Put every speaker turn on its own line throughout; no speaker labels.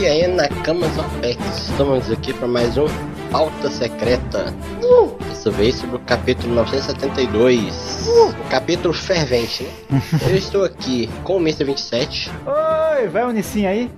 E aí, Nakamas OPEX, estamos aqui para mais um Pauta Secreta. Uh! Dessa vez sobre o capítulo 972. O capítulo fervente, né? Eu estou aqui com o Mr. 27.
Oi, vai o Nissin aí?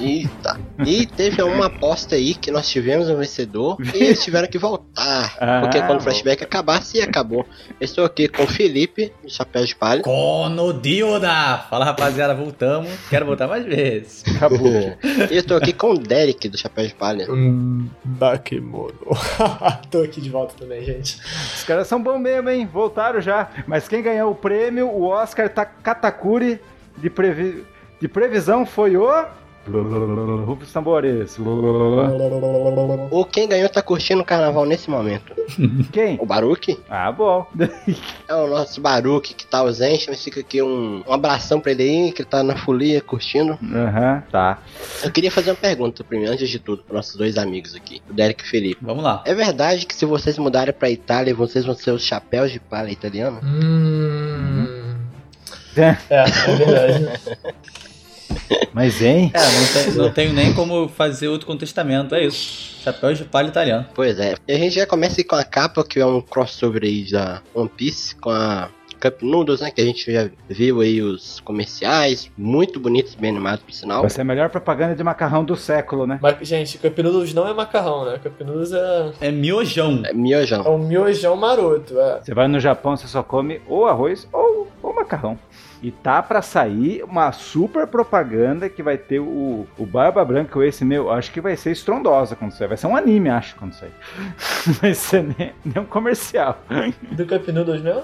Eita! E teve uma aposta aí que nós tivemos um vencedor e eles tiveram que voltar.
Ah.
porque quando o flashback acabasse, acabou. Eu estou aqui com o Felipe, do Chapéu de Palha.
Kono Dioda! Fala rapaziada, voltamos. Quero voltar mais vezes.
Acabou.
e eu estou aqui com o Derek, do Chapéu de Palha.
Hum, Bakemono. Tô aqui de volta também, gente.
Os caras são bons mesmo, hein? Voltaram já. Mas quem ganhou o prêmio, o Oscar Ta- Katakuri, de, previ- de previsão, foi o. Rufus Tambores.
Ou quem ganhou tá curtindo o carnaval nesse momento?
Quem?
O Baruque?
Ah, bom.
É o nosso Baruque que tá ausente, mas fica aqui um, um abração pra ele aí, que ele tá na folia curtindo.
Aham, tá.
Eu queria fazer uma pergunta primeiro, antes de tudo, pros nossos dois amigos aqui, o Derek e o Felipe.
Vamos lá.
É verdade que se vocês mudarem pra Itália, vocês vão ser os chapéus de palha italiano?
Hum.
É.
É, é verdade.
Mas, hein?
É, não, tem- não tenho nem como fazer outro contestamento, é isso. Chapéus de palha italiano.
Pois é. E a gente já começa aí com a capa, que é um crossover aí da One Piece, com a Cup Noodles, né? Que a gente já viu aí os comerciais, muito bonitos, bem animados, por sinal.
Vai ser a melhor propaganda de macarrão do século, né?
Mas, gente, Cup Noodles não é macarrão, né? Cup Noodles é,
É miojão.
É miojão.
é um miojão maroto. É.
Você vai no Japão, você só come ou arroz ou, ou macarrão. E tá pra sair uma super propaganda que vai ter o, o Barba Branca, ou esse meu, acho que vai ser estrondosa quando sair. Vai ser um anime, acho, quando sair. vai ser nem, nem um comercial.
Do Cup Noodles mesmo?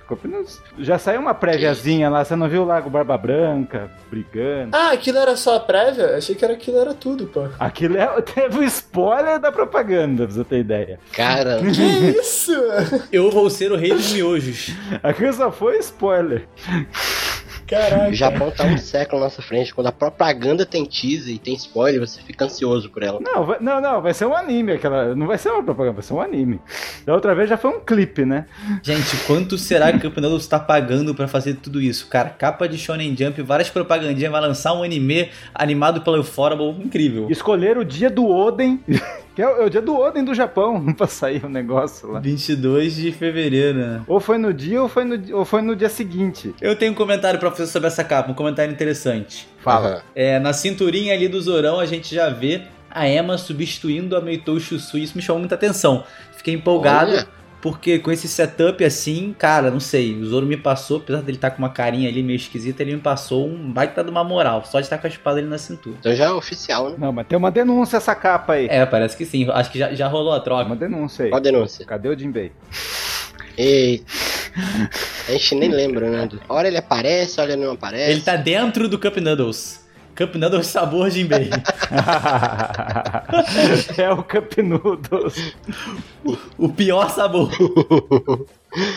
Ficou apenas- Já saiu uma préviazinha lá, você não viu lá com o Barba Branca brigando?
Ah, aquilo era só a prévia? Achei que era aquilo era tudo, pô.
Aquilo é, teve o spoiler da propaganda, pra você ter ideia.
Cara,
Que isso?
Eu vou ser o rei dos miojos.
Aquilo só foi spoiler.
o
Caraca.
Japão tá um século na nossa frente. Quando a propaganda tem teaser e tem spoiler, você fica ansioso por ela.
Não, vai, não, não, vai ser um anime aquela. Não vai ser uma propaganda, vai ser um anime. Da outra vez já foi um clipe, né?
Gente, quanto será que o Campeonato está pagando pra fazer tudo isso? Cara, capa de Shonen Jump, várias propagandinhas, vai lançar um anime animado pelo Euforable, incrível.
Escolher o dia do Oden, que é o, é o dia do Oden do Japão, pra sair o negócio lá.
22 de fevereiro, né?
Ou foi no dia ou foi no, di- ou foi no dia seguinte.
Eu tenho um comentário pra fazer sobre essa capa, um comentário interessante.
Fala.
É, na cinturinha ali do Zorão a gente já vê a Emma substituindo a Meitou Shusui. Isso me chamou muita atenção. Fiquei empolgado,
Olha.
porque com esse setup assim, cara, não sei. O Zoro me passou, apesar dele estar com uma carinha ali meio esquisita, ele me passou um baita de uma moral. Só de estar com a espada ali na cintura.
Então já é oficial, né?
Não, mas tem uma denúncia essa capa aí.
É, parece que sim. Acho que já, já rolou a
Tem
troca.
Uma denúncia aí.
Qual a denúncia?
Cadê o Jinbei?
Ei. A gente nem lembra, né? Hora ele aparece, hora ele não aparece.
Ele tá dentro do Cup Noodles. Cup Noodles sabor Jinbei.
é o Cup Noodles.
o pior sabor.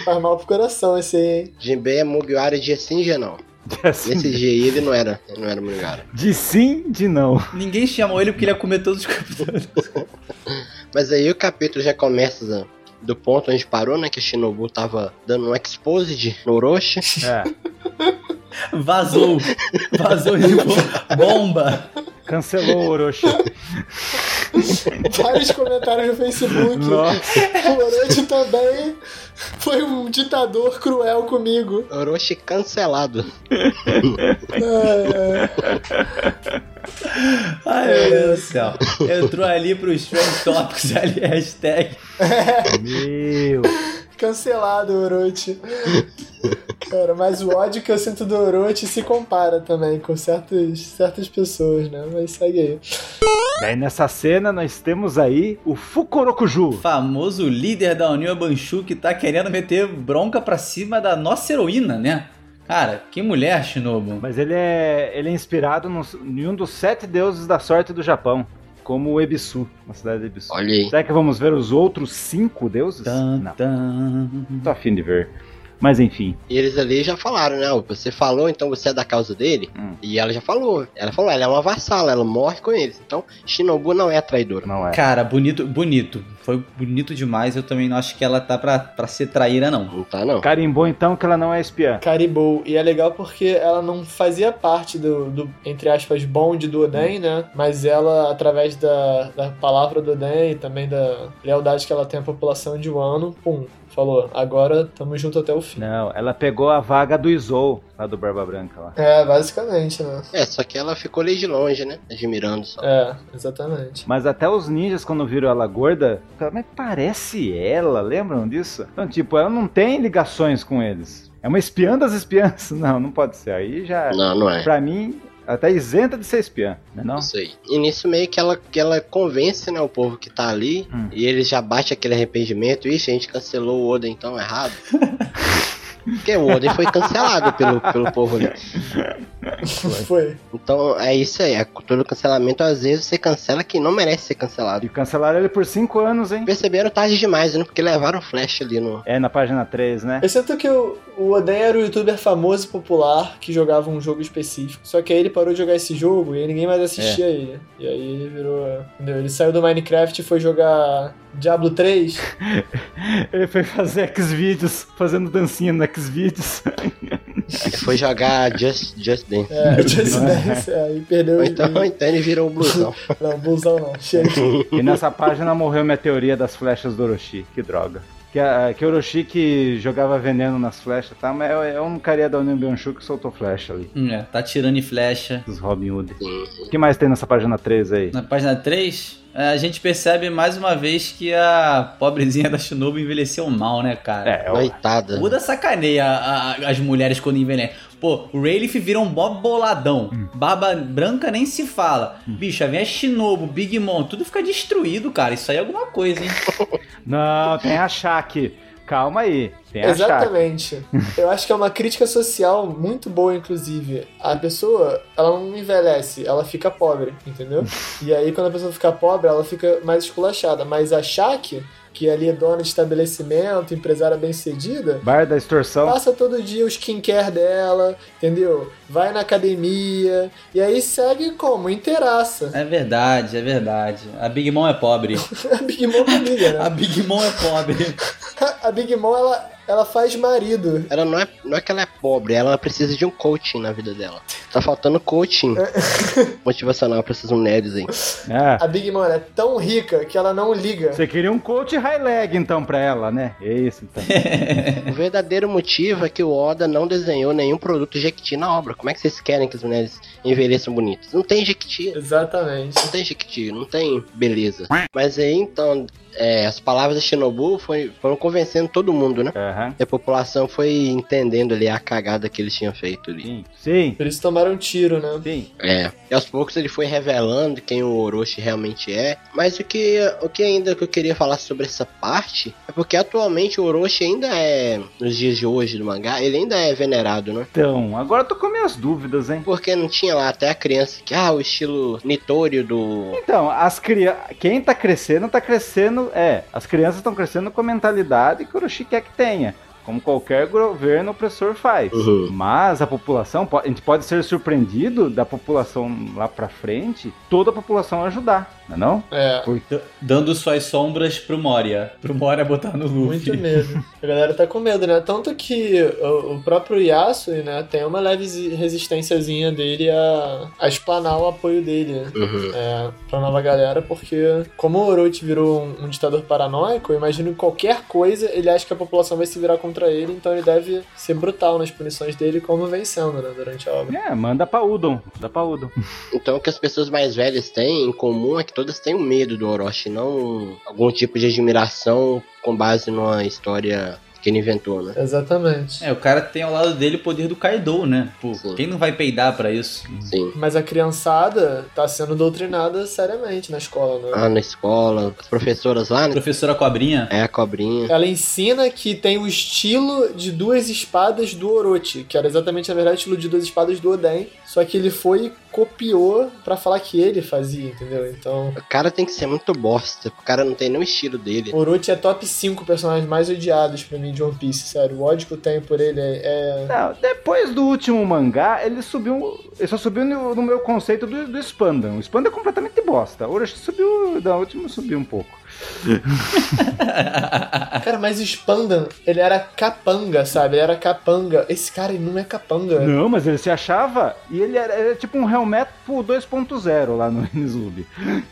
Faz mal pro coração esse aí, hein?
Jinbei é Mugiwara dia sim, dia não.
De, assim,
Nesse dia aí ele não era, ele não era Mugiwara.
de sim, de não.
Ninguém chamou ele porque ele ia comer todos os Cup Noodles.
Mas aí o capítulo já começa né, do ponto onde parou, né? Que Shinobu tava dando um exposed no Orochi.
É,
Vazou. Vazou de bo- bomba.
cancelou o Orochi.
Vários comentários no Facebook.
Nossa,
O Lorente também foi um ditador cruel comigo.
Orochi cancelado.
É,
Ai, meu Deus do céu. Entrou ali pros trend topics ali, hashtag.
meu.
cancelado, Orochi. Cara, mas o ódio que eu sinto do Orochi se compara também com certos, certas pessoas, né? Mas segue aí.
Daí nessa cena nós temos aí o Fukorokuju.
Famoso líder da União Banshu que tá querendo meter bronca pra cima da nossa heroína, né? Cara, que mulher, Shinobu.
Mas ele é, ele é inspirado nos- em um dos sete deuses da sorte do Japão, como o Ebisu, na cidade de Ebisu.
Olha aí.
Será que vamos ver os outros cinco deuses?
Tan,
Não,
tan.
não tô afim de ver. Mas enfim.
E eles ali já falaram, né? "Ó, Você falou, então você é da causa dele?
Hum.
E ela já falou. Ela falou, ela é uma vassala, ela morre com eles. Então, Shinobu não é a traidora.
Não é.
Cara, bonito, bonito. Foi bonito demais. Eu também não acho que ela tá pra, pra ser traíra, não.
Não tá, não.
Carimbou então que ela não é espiã.
Caribou. E é legal porque ela não fazia parte do, do, entre aspas, bonde do Oden, né? Mas ela, através da, da palavra do Oden e também da lealdade que ela tem à população de Wano, pum, falou, agora tamo junto até o fim.
Não, ela pegou a vaga do Izou, lá do Barba Branca lá.
É, basicamente, né?
É, só que ela ficou ali de longe, né? Admirando só.
É, exatamente.
Mas até os ninjas, quando viram ela gorda, falaram, mas parece ela, lembram disso? Então, tipo, ela não tem ligações com eles. É uma espiã das espiãs? Não, não pode ser. Aí já,
Não, não é.
pra mim, ela tá isenta de ser espiã, né não?
Isso aí. E nisso meio que ela, que ela convence, né, o povo que tá ali.
Hum.
E eles já bate aquele arrependimento. Ixi, a gente cancelou o Oda então errado. Porque o Oden foi cancelado pelo, pelo povo ali.
Foi.
Então é isso aí. A cultura do cancelamento, às vezes, você cancela quem não merece ser cancelado.
E cancelaram ele por 5 anos, hein?
Perceberam tarde demais, né? Porque levaram flash ali no.
É, na página 3, né?
Eu sinto que o, o Oden era o youtuber famoso e popular que jogava um jogo específico. Só que aí ele parou de jogar esse jogo e aí ninguém mais assistia ele. E aí ele virou. Entendeu? Ele saiu do Minecraft e foi jogar Diablo 3.
Ele foi fazer X-Vídeos, fazendo dancinha no X-Vídeos.
Foi jogar Just, Just Dance.
É, Just Dance. É, e perdeu
Ou
o.
então, então ele virou o blusão.
Não, busão não. Chega.
E nessa página morreu minha teoria das flechas do Orochi. Que droga. Que, a- que Orochi que jogava veneno nas flechas, tá? Mas é, é um carinha da Union Bianchu que soltou flecha ali.
Hum, é, tá tirando em flecha.
Dos Robin Hood. O que mais tem nessa página 3 aí?
Na página 3, a gente percebe mais uma vez que a pobrezinha da Shinobu envelheceu mal, né, cara?
É, é o-
Noitada.
Buda sacaneia a- a- as mulheres quando envelhecem. Pô, o Rayleigh vira um bob boladão. Barba branca nem se fala. Bicha, vem a Shinobu, Big Mom, tudo fica destruído, cara. Isso aí é alguma coisa, hein?
Não, tem a Shaq. Calma aí. Tem É a Shaq.
Exatamente. Eu acho que é uma crítica social muito boa, inclusive. A pessoa, ela não envelhece, ela fica pobre, entendeu? E aí, quando a pessoa fica pobre, ela fica mais esculachada. Mas a Shaq, que ali é dona de estabelecimento, empresária bem-cedida,
Bar da extorsão.
passa todo dia o skincare dela, entendeu? Vai na academia, e aí segue como? Inteiraça.
É verdade, é verdade. A Big Mom é pobre.
A Big Mom não liga,
A
né?
Big Mom é pobre.
A Big Mom, ela, ela faz marido.
Ela não é, não é que ela é pobre, ela precisa de um coaching na vida dela. Tá faltando coaching motivacional pra essas mulheres aí.
É.
A Big Mom ela é tão rica que ela não liga.
Você queria um coach high leg então pra ela, né? É isso então.
O verdadeiro motivo é que o Oda não desenhou nenhum produto Jequiti na obra. Como é que vocês querem que as mulheres envelheçam bonitas? Não tem Jequiti.
Exatamente.
Não tem Jequiti, não tem beleza. Mas aí então, é, as palavras da Shinobu foi- foram convencendo todo mundo, né?
Aham.
E a população foi entendendo ali a cagada que eles tinham feito ali.
Sim. Sim.
Eles tomaram um tiro, né?
Sim.
É. E aos poucos ele foi revelando quem o Orochi realmente é. Mas o que, o que ainda que eu queria falar sobre essa parte é porque atualmente o Orochi ainda é, nos dias de hoje do mangá, ele ainda é venerado, né?
Então, agora eu tô com minhas dúvidas, hein?
Porque não tinha lá até a criança que, ah, o estilo Nitório do.
Então, as crianças. Quem tá crescendo, tá crescendo. É, as crianças estão crescendo com a mentalidade que o Orochi quer que tenha. Como qualquer governo opressor faz.
Uhum.
Mas a população, po- a gente pode ser surpreendido da população lá pra frente, toda a população ajudar, não é não?
É.
D- Dando suas sombras pro Moria. Pro Moria botar no
Muito
Luffy.
medo. A galera tá com medo, né? Tanto que o, o próprio Yasui, né, tem uma leve zi- resistênciazinha dele a, a explanar o apoio dele né,
Uhum.
é, pra nova galera, porque como o Orochi virou um, um ditador paranoico, eu imagino que qualquer coisa ele acha que a população vai se virar contra ele, então ele deve ser brutal nas punições dele, como vem sendo, né, durante a obra.
É, manda pra Udon. Dá pra Udon.
Então o que as pessoas mais velhas têm em comum é que todas têm um medo do Orochi, não algum tipo de admiração com base numa história que ele inventou, né?
Exatamente.
É, o cara tem ao lado dele o poder do Kaido, né? Pô,
Sim.
quem não vai peidar pra isso?
Sim.
Mas a criançada tá sendo doutrinada seriamente na escola, né?
Lá na escola, as professoras lá, né?
Professora Cobrinha?
É a cobrinha.
Ela ensina que tem o estilo de duas espadas do Orochi, que era exatamente, na verdade, o estilo de duas espadas do Oden. Só que ele foi e copiou pra falar que ele fazia, entendeu? Então,
O cara tem que ser muito bosta. O cara não tem nem o estilo dele.
o Orochi é top 5 personagens mais odiados pra mim mim de One Piece, sério. O ódio que eu tenho por ele é. é-
Não, depois do último mangá, ele subiu. Ele só subiu no, no meu conceito do, do Spandam. O Spandam é completamente bosta. O Orochi subiu. Da última subiu um pouco.
Cara, mas o Spandan, ele era capanga, sabe? Ele era capanga. Esse cara, ele não é capanga.
Não, mas ele se achava. E ele era, era tipo um Hell Metal 2.0 lá no Inzub.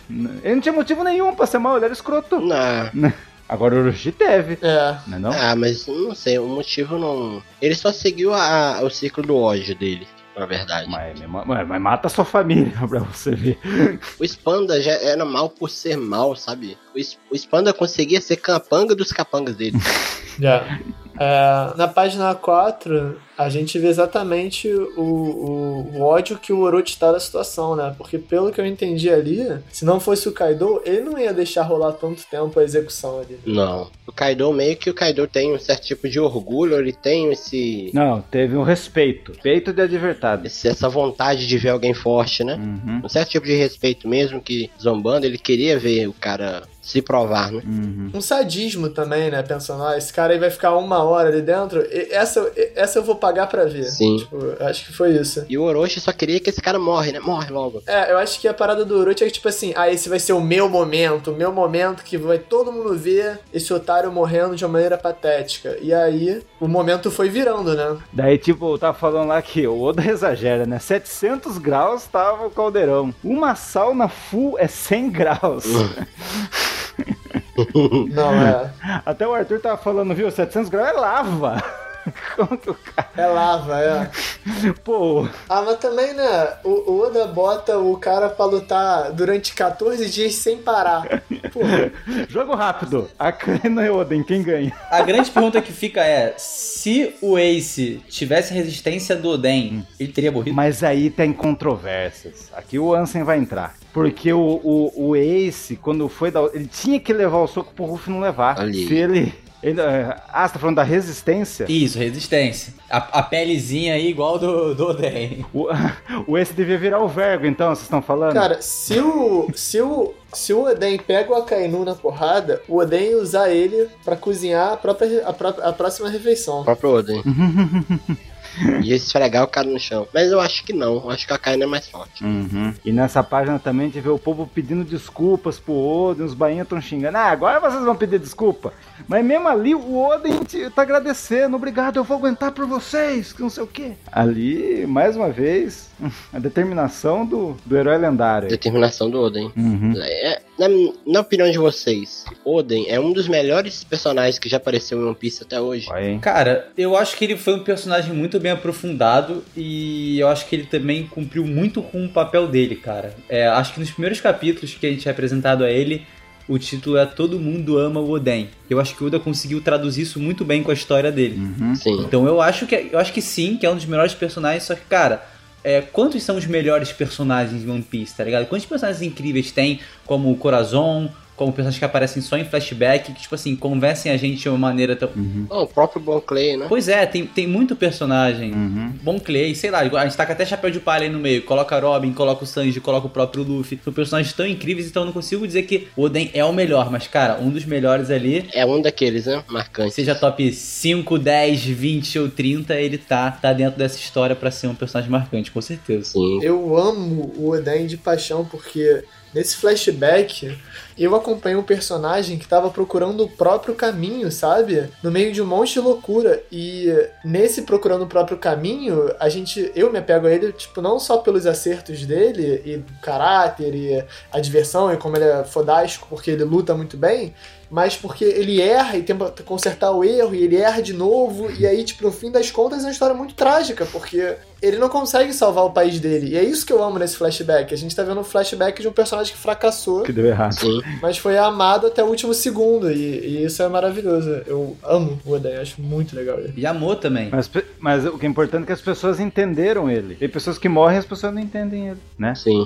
Ele não tinha motivo nenhum pra ser mal, ele era escroto.
Não.
Agora o Orochi teve,
É.
né? Não?
Ah, mas não sei, o motivo não. Ele só seguiu a- a- o ciclo do ódio dele, na verdade.
Mas, mas- mas mata sua família pra você ver.
O Spanda já era mal por ser mal, sabe? O, S- o Spanda conseguia ser capanga dos capangas dele.
Já. É, na página 4, a gente vê exatamente o, o, o ódio que o Orochi tá da situação, né? Porque pelo que eu entendi ali, se não fosse o Kaido, ele não ia deixar rolar tanto tempo a execução ali.
não. O Kaido, meio que o Kaido tem um certo tipo de orgulho, ele tem esse.
Não, teve um respeito. Peito de advertado.
esse- essa vontade de ver alguém forte, né?
Uhum.
Um certo tipo de respeito mesmo, que zombando ele queria ver o cara se provar, né?
Uhum.
Um sadismo também, né? Pensando, ah, esse cara aí vai ficar uma hora ali dentro, e- essa, e- essa eu vou pagar pra ver.
Sim.
Tipo, acho que foi isso.
E o Orochi só queria que esse cara morre, né? Morre logo.
É, eu acho que a parada do Orochi é que, tipo assim, ah, esse vai ser o meu momento, o meu momento que vai todo mundo ver esse otário morrendo de uma maneira patética. E aí, o momento foi virando, né?
Daí, tipo, eu tava falando lá que o Oda exagera, né? 700 graus tava o caldeirão. Uma sauna full é 100 graus.
Não, é.
Até o Arthur tava falando, viu? 700 graus é lava. Como que o cara.
É lava, é.
Pô,
Ah, mas também, né? O, o Oda bota o cara pra lutar durante 14 dias sem parar. Porra,
jogo rápido. A Kano e Oden, quem ganha?
A grande pergunta que fica é: se o Ace tivesse resistência do Oden, ele teria morrido?
Mas aí tem controvérsias. Aqui o Ansem vai entrar. Porque o, o, o Ace, quando foi dar. o- Ele tinha que levar o soco pro Ruff não levar.
Ali.
Se ele. ele é, ah, você tá falando da resistência?
Isso, resistência. A, a pelezinha aí igual do, do Oden.
O, o Ace devia virar o vergo, então, vocês estão falando?
cara, se o. Se o. Se o Oden pega o Akainu na porrada, o Oden ia usar ele pra cozinhar a, própria, a, pró- a próxima
O
refeição.
próprio Oden. Ia esfregar o cara no chão. Mas eu acho que não. Eu acho que a Kaina é mais forte.
Uhum. E nessa página também a gente vê o povo pedindo desculpas pro Oden, os bainhas estão xingando. Ah, agora vocês vão pedir desculpa. Mas mesmo ali o Oden te- tá agradecendo, obrigado, eu vou aguentar por vocês, que não sei o quê. Ali, mais uma vez, a determinação do, do herói lendário.
Determinação do Oden.
Uhum.
É, na, na opinião de vocês, Oden é um dos melhores personagens que já apareceu em One Piece até hoje.
Vai, hein?
Cara, eu acho que ele foi um personagem muito bem aprofundado e eu acho que ele também cumpriu muito com o papel dele, cara. É, acho que nos primeiros capítulos que a gente é apresentado a ele, o título é Todo Mundo Ama o Oden. Eu acho que o Oda conseguiu traduzir isso muito bem com a história dele.
Uhum.
Sim.
Então eu acho que eu acho que sim, que é um dos melhores personagens, só que, cara, é, quantos são os melhores personagens de One Piece, tá ligado? Quantos personagens incríveis tem, como o Corazon, como personagens que aparecem só em flashback, que, tipo assim, convencem a gente de uma maneira tão.
Uhum.
Bom, o próprio Bon Clay, né?
Pois é, tem, tem muito personagem.
Uhum.
Bom Clay, sei lá, a gente taca até chapéu de palha aí no meio, coloca Robin, coloca o Sanji, coloca o próprio Luffy. São personagens tão incríveis, então eu não consigo dizer que o Oden é o melhor, mas cara, um dos melhores ali,
É um daqueles, né? Marcante.
seja top 5, 10, 20 ou 30, ele tá, tá dentro dessa história pra ser um personagem marcante, com certeza.
Sim.
Eu amo o Oden de paixão, porque nesse flashback eu acompanhei um personagem que tava procurando o próprio caminho, sabe? No meio de um monte de loucura. E nesse procurando o próprio caminho, a gente. Eu me apego a ele, tipo, não só pelos acertos dele, e do caráter, e a diversão, e como ele é fodástico, porque ele luta muito bem. Mas porque ele erra e tenta consertar o erro, e ele erra de novo, e aí, tipo, no fim das contas é uma história muito trágica, porque ele não consegue salvar o país dele. E é isso que eu amo nesse flashback. A gente tá vendo um flashback de um personagem que fracassou,
Que deu errado.
Sim.
mas foi amado até o último segundo. E, e isso é maravilhoso. Eu amo o Oden, eu acho muito legal ele.
E amor também.
Mas, pe- mas o que é importante é que as pessoas entenderam ele. Tem pessoas que morrem e as pessoas não entendem ele, né?
Sim.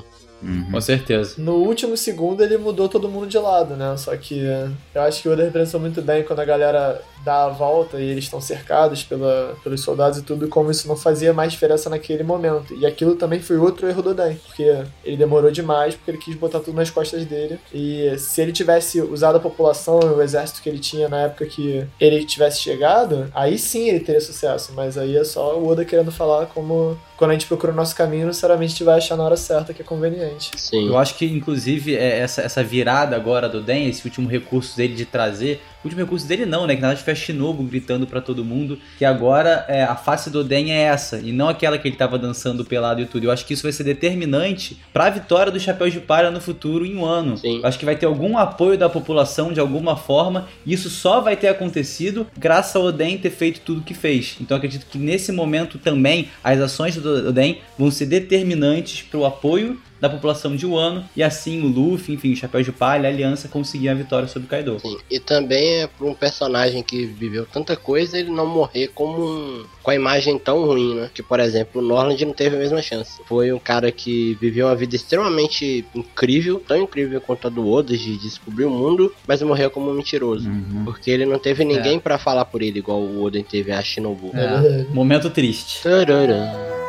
Com certeza.
No último é, segundo ele mudou todo mundo de lado, né? Só que eh, eu acho que o Oda representou muito bem quando a galera dá a volta e eles estão cercados pela, pelos soldados e tudo, como isso não fazia mais diferença naquele momento. E aquilo também foi outro erro do Dan, porque ele demorou demais, porque ele quis botar tudo nas costas dele. E se ele tivesse usado a população e o exército que ele tinha na época que ele tivesse chegado, aí sim ele teria sucesso. Mas aí é só o Oda querendo falar como quando a gente procura o nosso caminho, necessariamente a gente vai achar na hora certa que é conveniente.
Sim.
Eu acho que, inclusive, é, essa, essa virada agora do Den, esse último recurso dele de trazer. O último recurso dele não, né? Que na verdade foi a Shinobu gritando pra todo mundo que agora é, a face do Den é essa e não aquela que ele tava dançando pelado e tudo. Eu acho que isso vai ser determinante pra vitória do Chapéu de Palha no futuro em um ano.
Sim.
Eu acho que vai ter algum apoio da população de alguma forma e isso só vai ter acontecido graças ao Oden ter feito tudo que fez. Então eu acredito que nesse momento também as ações do Oden vão ser determinantes pro apoio da população de Wano e assim o Luffy, enfim, o Chapéu de Palha, a Aliança conseguiam a vitória sobre o Kaido.
Sim, E também é pra um personagem que viveu tanta coisa ele não morrer como um- com a imagem tão ruim, né? Que, por exemplo, o Norland não teve a mesma chance. Foi um cara que viveu uma vida extremamente incrível, tão incrível quanto a do Oda, de descobrir o mundo, mas morreu como um mentiroso.
Uhum.
Porque ele não teve ninguém pra falar por ele, igual o Oden teve a Shinobu.
É, momento triste.
Tarará.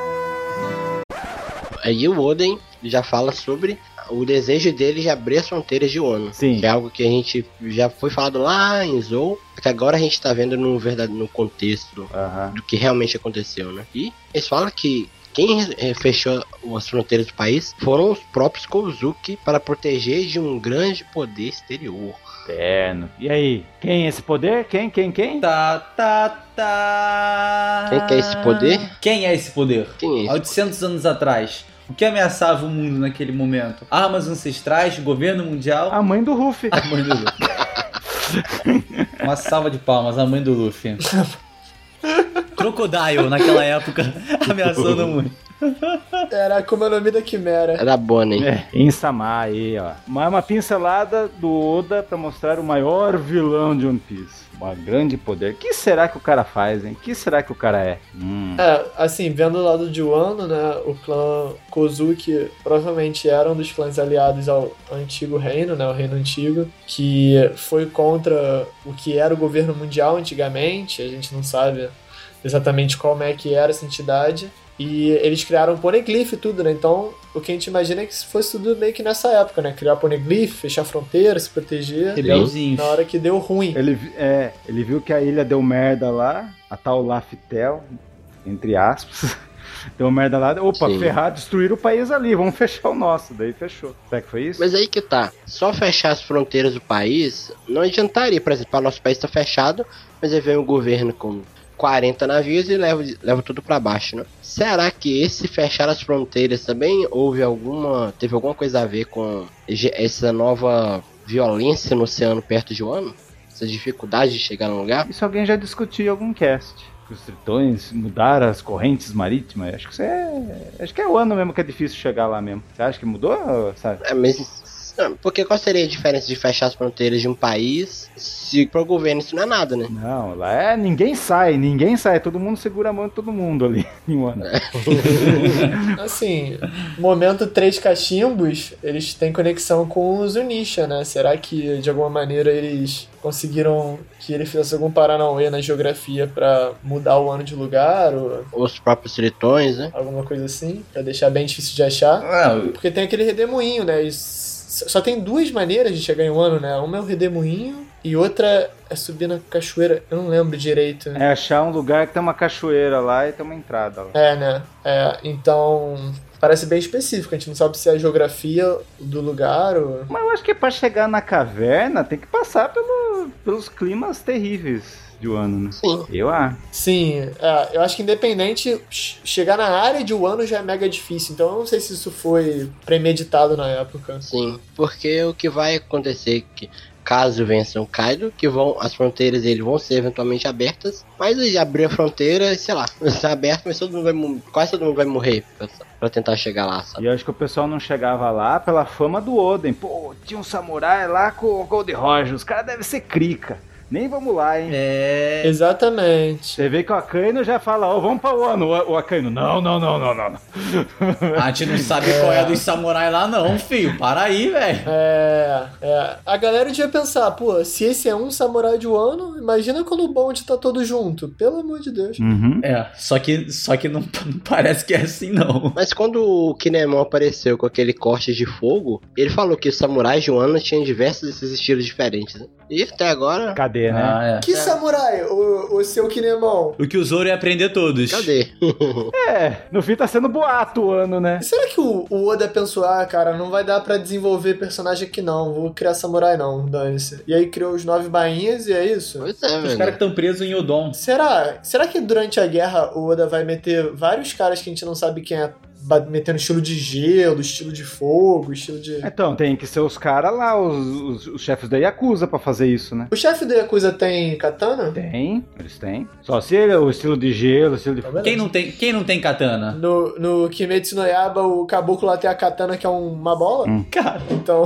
Aí o Oden já fala sobre o desejo dele de abrir as fronteiras de Ono.
Sim.
Que é algo que a gente já foi falado lá em Zou, que agora a gente tá vendo no, verdade, no contexto
Aham.
do que realmente aconteceu, né? E eles falam que quem eh, fechou as fronteiras do país foram os próprios Kozuki para proteger de um grande poder exterior.
Terno. E aí? Quem é esse poder? Quem, quem, quem?
Tá, tá, tá.
Quem que é esse poder?
Quem é esse poder?
Quem
Há
é esse?
800 anos atrás, o que ameaçava o mundo naquele momento? Armas ancestrais, governo mundial.
A mãe do Ruffy.
A mãe do Luffy. Uma salva de palmas, a mãe do Luffy. Crocodile, naquela época, ameaçando muito.
Era como é o nome da Quimera.
Era a Bonnie.
É, Insamar aí, ó. Mas uma pincelada do Oda pra mostrar o maior vilão de One Piece. Um grande poder. que será que o cara faz, hein? que será que o cara é? Hum.
É, assim, vendo o lado de Wano, né, o clã Kozuki provavelmente era um dos clãs aliados ao antigo reino, né, o reino antigo, que foi contra o que era o governo mundial antigamente, a gente não sabe exatamente como é que era essa entidade, e eles criaram poneglyph e tudo, né, então o que a gente imagina é que fosse tudo meio que nessa época, né, criar poneglyph, fechar fronteira, se proteger,
é
Rebelzinhos.
na hora que deu ruim.
Ele, vi- é, ele viu que a ilha deu merda lá, a tal Laftel, entre aspas. Deu merda lá. Opa,
Sim.
ferrar, destruíram o país ali, vamos fechar o nosso. Daí fechou. Será que foi isso?
Mas aí que tá. Só fechar as fronteiras do país não adiantaria. Por exemplo, o nosso país tá fechado, mas aí vem o governo com 40 navios e leva, leva tudo pra baixo, né? Será que esse fechar as fronteiras também houve alguma. teve alguma coisa a ver com ge- essa nova violência no oceano perto de Wano? Essa dificuldade de chegar num lugar?
Isso alguém já discutiu em algum cast. Que os tritões mudaram as correntes marítimas. Acho que isso é. Acho que é o ano mesmo que é difícil chegar lá mesmo. Você acha que mudou? Sabe?
É, mas. ah, Porque qual seria a diferença de fechar as fronteiras de um país se pro governo isso não é nada, né?
Não, lá é. Ninguém sai, ninguém sai. Todo mundo segura a mão de todo mundo ali em um Wano.
Assim, momento três cachimbos, eles têm conexão com os Unisha, né? Será que de alguma maneira eles conseguiram que ele fizesse algum paranauê na geografia pra mudar o ano de lugar ou
Os próprios tritões, né?
alguma coisa assim, Pra deixar bem difícil de achar?
Ah,
Porque tem aquele redemoinho, né? E s- só tem duas maneiras de chegar em um ano, né? Uma é o redemoinho e outra é subir na cachoeira. Eu não lembro direito.
É achar um lugar que tem uma cachoeira lá e tem uma entrada lá.
É, né? É, então parece bem específico. A gente não sabe se é a geografia do lugar ou.
Mas eu acho que pra chegar na caverna tem que passar pelo- pelos climas terríveis de Wano, né?
Sim.
Eu acho.
Sim, é, eu acho que independente, ch- chegar na área de Wano já é mega difícil. Então eu não sei se isso foi premeditado na época.
Sim, porque o que vai acontecer é que caso vençam Kaido, que vão as fronteiras dele vão ser eventualmente abertas, mas ele abrir a fronteira, sei lá, vai ser aberto, mas todo mundo vai mo- quase todo mundo vai morrer pra, pra tentar chegar lá, sabe?
E eu acho que o pessoal não chegava lá pela fama do Oden. Pô, tinha um samurai lá com o Gold Roger. Os caras devem ser crica. Nem vamos lá, hein?
É.
Exatamente.
Você vê que o Akaino já fala, ó, vamos pra ONU. O o Akaino, não, não, não, não, não. não.
A gente não sabe qual é a dos samurai lá, não, filho. Para aí, velho.
É, é. A galera devia pensar, pô, se esse é um samurai de Wano, imagina quando o bonde tá todo junto. Pelo amor de Deus.
Uhum.
É, só que, só que não, não parece que é assim, não.
Mas quando o Kinemon apareceu com aquele corte de fogo, ele falou que os samurais de Wano tinham diversos desses estilos diferentes. né? E até agora,
Cadê, né?
é.
Que samurai, o, o seu Kinemon?
O que o Zoro ia aprender todos.
cadê?
É, no fim tá sendo boato o ano,
É.
né?
Será que o, o Oda pensou, ah, cara, não vai dar pra desenvolver personagem aqui não, vou criar samurai não, dane-se. E aí criou os nove bainhas e é isso?
Pois é,
Os caras
velho.
que estão presos em Odon.
Será? Será que durante a guerra o Oda vai meter vários caras que a gente não sabe quem é, ba- metendo estilo de gelo, estilo de fogo, estilo de...
Então, tem que ser os caras lá, os, os- os chefes da Yakuza pra fazer isso, né?
O chefe da Yakuza tem katana?
Tem, eles têm. Só se ele é o estilo de gelo, o estilo de...
Tá vendo?
Quem não tem, quem não tem katana?
No, no Kimetsu no Yaba, o caboclo lá tem a katana que é uma bola.
Cara,
Então,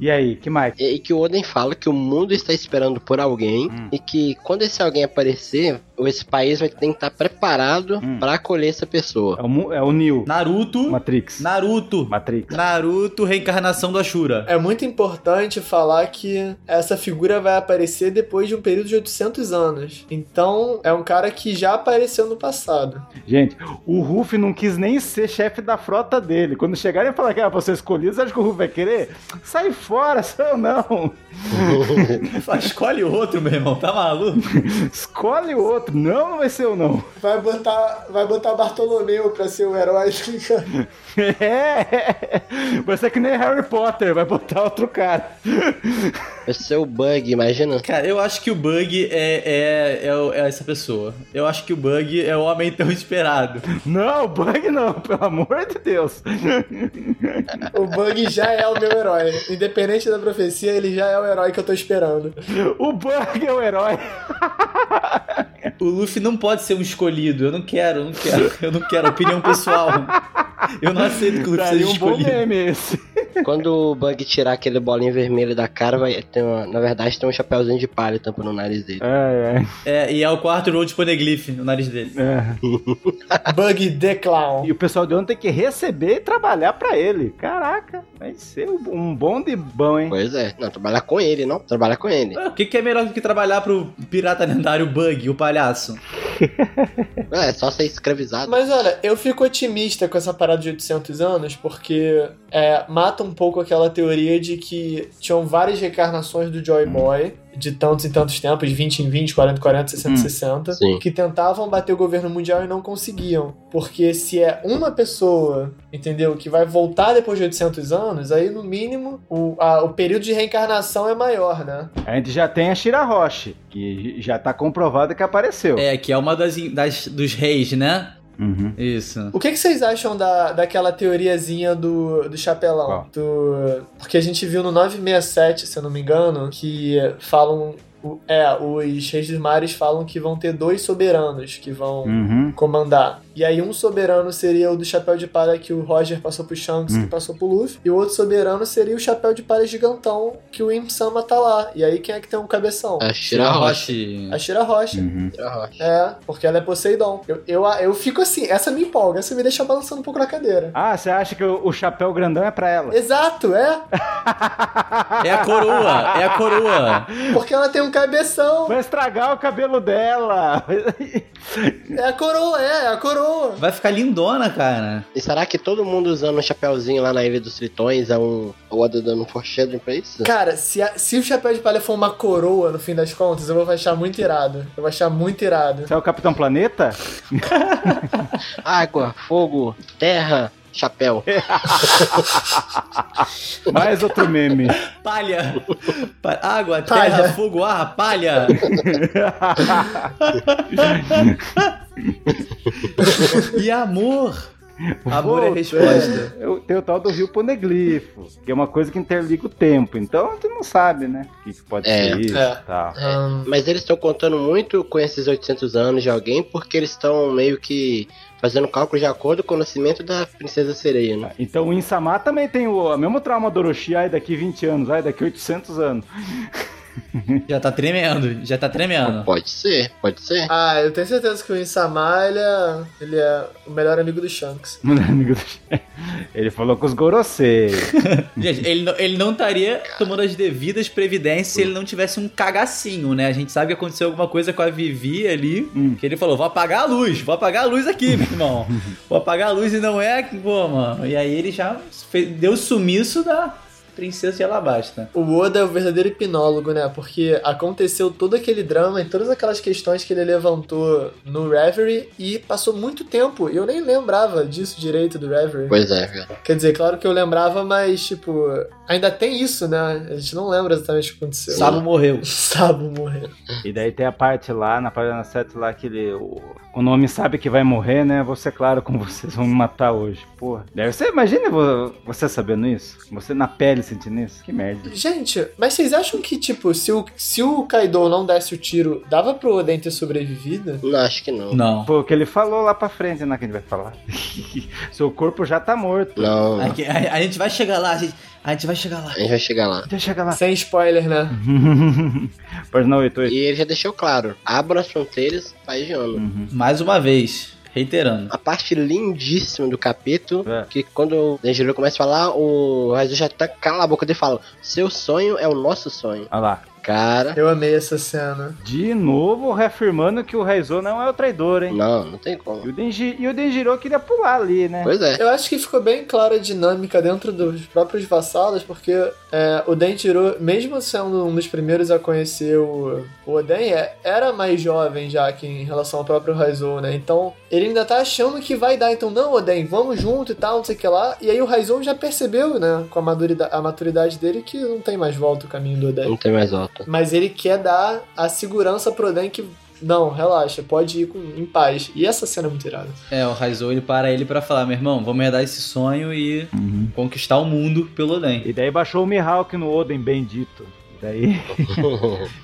E aí, que mais?
E e que o Oden fala que o mundo está esperando por alguém
Hum.
e que quando esse alguém aparecer, esse país vai ter que estar preparado
Hum.
pra acolher essa pessoa.
É o, Mu- é o Neo,
Naruto.
Matrix.
Naruto.
Matrix.
Naruto, reencarnação do Ashura.
é muito importante falar que essa figura vai aparecer depois de um período de 800 anos. Então, é um cara que já apareceu no passado.
Gente, o Ruff não quis nem ser chefe da frota dele. Quando chegarem e falar que ah, você escolhido, você acha que o Ruff vai querer? Sai fora, seu não!
Escolhe outro, meu irmão, tá maluco?
Escolhe outro. Não, não vai ser eu não.
Vai botar, vai botar Bartolomeu pra ser o herói. tá
É. Vai ser que nem Harry Potter, vai botar outro cara.
Vai ser o bug, imagina.
Cara, eu acho que o Bug é, é, é, o- é essa pessoa. Eu acho que o Bug é o homem tão esperado.
Não, bug não, pelo amor de Deus.
o Bug já é o meu herói. Independente da profecia, ele já é o herói que eu tô esperando.
O bug é o herói.
O Luffy não pode ser um escolhido. Eu não quero, eu não quero. Eu não quero opinião pessoal. Eu não aceito que o Luffy
Daria
seja
um bom
escolhido.
meme esse.
Quando o Bug tirar aquele bolinho vermelho da cara, vai ter uma- na verdade tem um chapéuzinho de palha tampando o nariz dele.
É,
É, e é o quarto Road Poneglyph, o nariz dele.
é, é.
Bug the Clown.
E o pessoal de ontem tem que receber e trabalhar pra ele. Caraca, vai ser um bom de bom, hein?
Pois é. Não, trabalhar com ele, não. Trabalhar com ele.
Ah, O que, que é melhor do que trabalhar pro pirata lendário Bug, o palhaço?
É, é só ser escravizado.
Mas olha, eu fico otimista com essa parada de 800 anos, porque é, mata um pouco aquela teoria de que tinham várias reencarnações do Joy Boy, de tantos em tantos tempos, 20 em 20, 40 em 40, 60 em
Hum.
60,
Sim.
que tentavam bater o governo mundial e não conseguiam. Porque se é uma pessoa, entendeu, que vai voltar depois de 800 anos, aí no mínimo o, a- o período de reencarnação é maior, né?
A gente já tem a Shira Roche, que já tá comprovado que apareceu.
É, que é uma das, das dos reis, né?
Uhum.
Isso.
O que, que vocês acham da, daquela teoriazinha do, do chapelão?
Qual?
Do- porque a gente viu no 967, se eu não me engano, que falam. o- É, os reis dos mares falam que vão ter dois soberanos que vão
Uhum.
comandar. E aí um soberano seria o do chapéu de palha que o Roger passou pro Shanks,
Hum.
que passou pro Luffy. E o outro soberano seria o chapéu de palha gigantão que o Imp Sama tá lá. E aí quem é que tem um cabeção?
A Shira Rocha.
Roche.
A Shira Rocha.
Uhum.
Shira Rocha.
É, porque ela é Poseidon. Eu, eu, eu fico assim, essa me empolga, essa me deixa balançando um pouco na cadeira.
Ah, você acha que o o chapéu grandão é pra ela?
Exato, é.
É a coroa, é a coroa.
Porque ela tem um cabeção.
Vai estragar o cabelo dela.
É a coroa, é, é a coroa.
Vai ficar lindona, cara.
E será que todo mundo usando um chapéuzinho lá na Ilha dos Tritões é um. O Oda dando um foreshadowing pra isso?
Cara, se, a- se o chapéu de palha for uma coroa, no fim das contas, eu vou achar muito irado. Eu vou achar muito irado.
Você é o Capitão Planeta?
Água, fogo, terra, chapéu.
É. Mais outro meme.
Palha. Pa- Água,
Palha.
terra, fogo, ar, palha. e amor. Amor é
Volta.
resposta.
Eu- Tem o tal do rio Poneglifo, que é uma coisa que interliga o tempo. Então, tu não sabe, né? O que, que pode
É.
ser isso e
É.
tal.
Ahn,
Hum. Mas eles estão contando muito com esses 800 anos de alguém porque eles estão meio que fazendo cálculo de acordo com o nascimento da princesa sereia, né?
Então o Insama também tem o, o mesmo trauma do Orochi, ai daqui 20 anos, ai daqui 800 anos.
Já tá tremendo, já tá tremendo.
Pode ser, pode ser.
Ah, eu tenho certeza que o Insama, ele é, ele é o melhor amigo do Shanks.
Mano, é, amigo do chefe. Ele falou com os Gorosei.
Gente, ele, não- ele não estaria tomando as devidas previdências se ele não tivesse um cagacinho, né? A gente sabe que aconteceu alguma coisa com a Vivi ali,
Hum.
que ele falou, vou apagar a luz, vou apagar a luz aqui, meu irmão. Vou apagar a luz e não é que, pô, mano. E aí ele já fe- deu sumiço da princesa de Alabasta.
O Oda é o verdadeiro hipnólogo, né? Porque aconteceu todo aquele drama e todas aquelas questões que ele levantou no Reverie e passou muito tempo. E eu nem lembrava disso direito do Reverie.
Pois é, cara.
Quer dizer, claro que eu lembrava, mas, tipo, ainda tem isso, né? A gente não lembra exatamente o que aconteceu.
Sabo morreu.
Sabo morreu.
E daí tem a parte lá, na página 7 lá, que ele. O, o nome sabe que vai morrer, né? Vou ser claro com vocês, vão me matar hoje. Porra. Deve ser, imagina vo- você sabendo isso. Você na pele sentindo isso. Que merda.
Gente, mas vocês acham que, tipo, se o, se o Kaido não desse o tiro, dava pro Oden ter sobrevivido?
Não, acho que não.
Não.
Foi o que ele falou lá pra frente, né? Que a gente vai falar. Seu corpo já tá morto.
Não,
Aqui, a, a gente vai chegar lá, a gente, a gente vai chegar lá.
a gente vai chegar lá.
Deixa eu chegar lá.
Sem spoiler, né?
Uhum. Página 8, 8.
E ele já deixou claro: abram as fronteiras, país de ano.
Uhum.
Mais uma vez, reiterando.
A parte lindíssima do capítulo,
É.
que quando o Denjiro começa a falar, o Raizu já tá cala a boca dele e fala: Seu sonho é o nosso sonho.
Olha lá.
Cara,
Eu amei essa cena.
De novo reafirmando que o Raizou não é o traidor, hein?
não, não tem
E
como.
o, Denji, e o Denjiro queria pular ali, né?
Pois é.
Eu acho que ficou bem clara a dinâmica dentro dos próprios vassalos, porque é, o Den tirou, mesmo sendo um dos primeiros a conhecer o, o Oden, é, era mais jovem já que em relação ao próprio Raizou, né? Então ele ainda tá achando que vai dar, então não, Oden, vamos junto e tal, não sei o que lá. E aí o Raizou já percebeu, né, com a maturidade, a maturidade dele, que não tem mais volta o caminho do Oden.
Não É, tem mais volta.
Mas ele quer dar a segurança pro Oden que. Não, relaxa, pode ir com- em paz. E essa cena é muito irada.
É, o Raizou ele para ele pra falar, meu irmão, vamos herdar esse sonho e conquistar o mundo pelo Oden.
E daí baixou o Mihawk no Oden, bendito. E daí.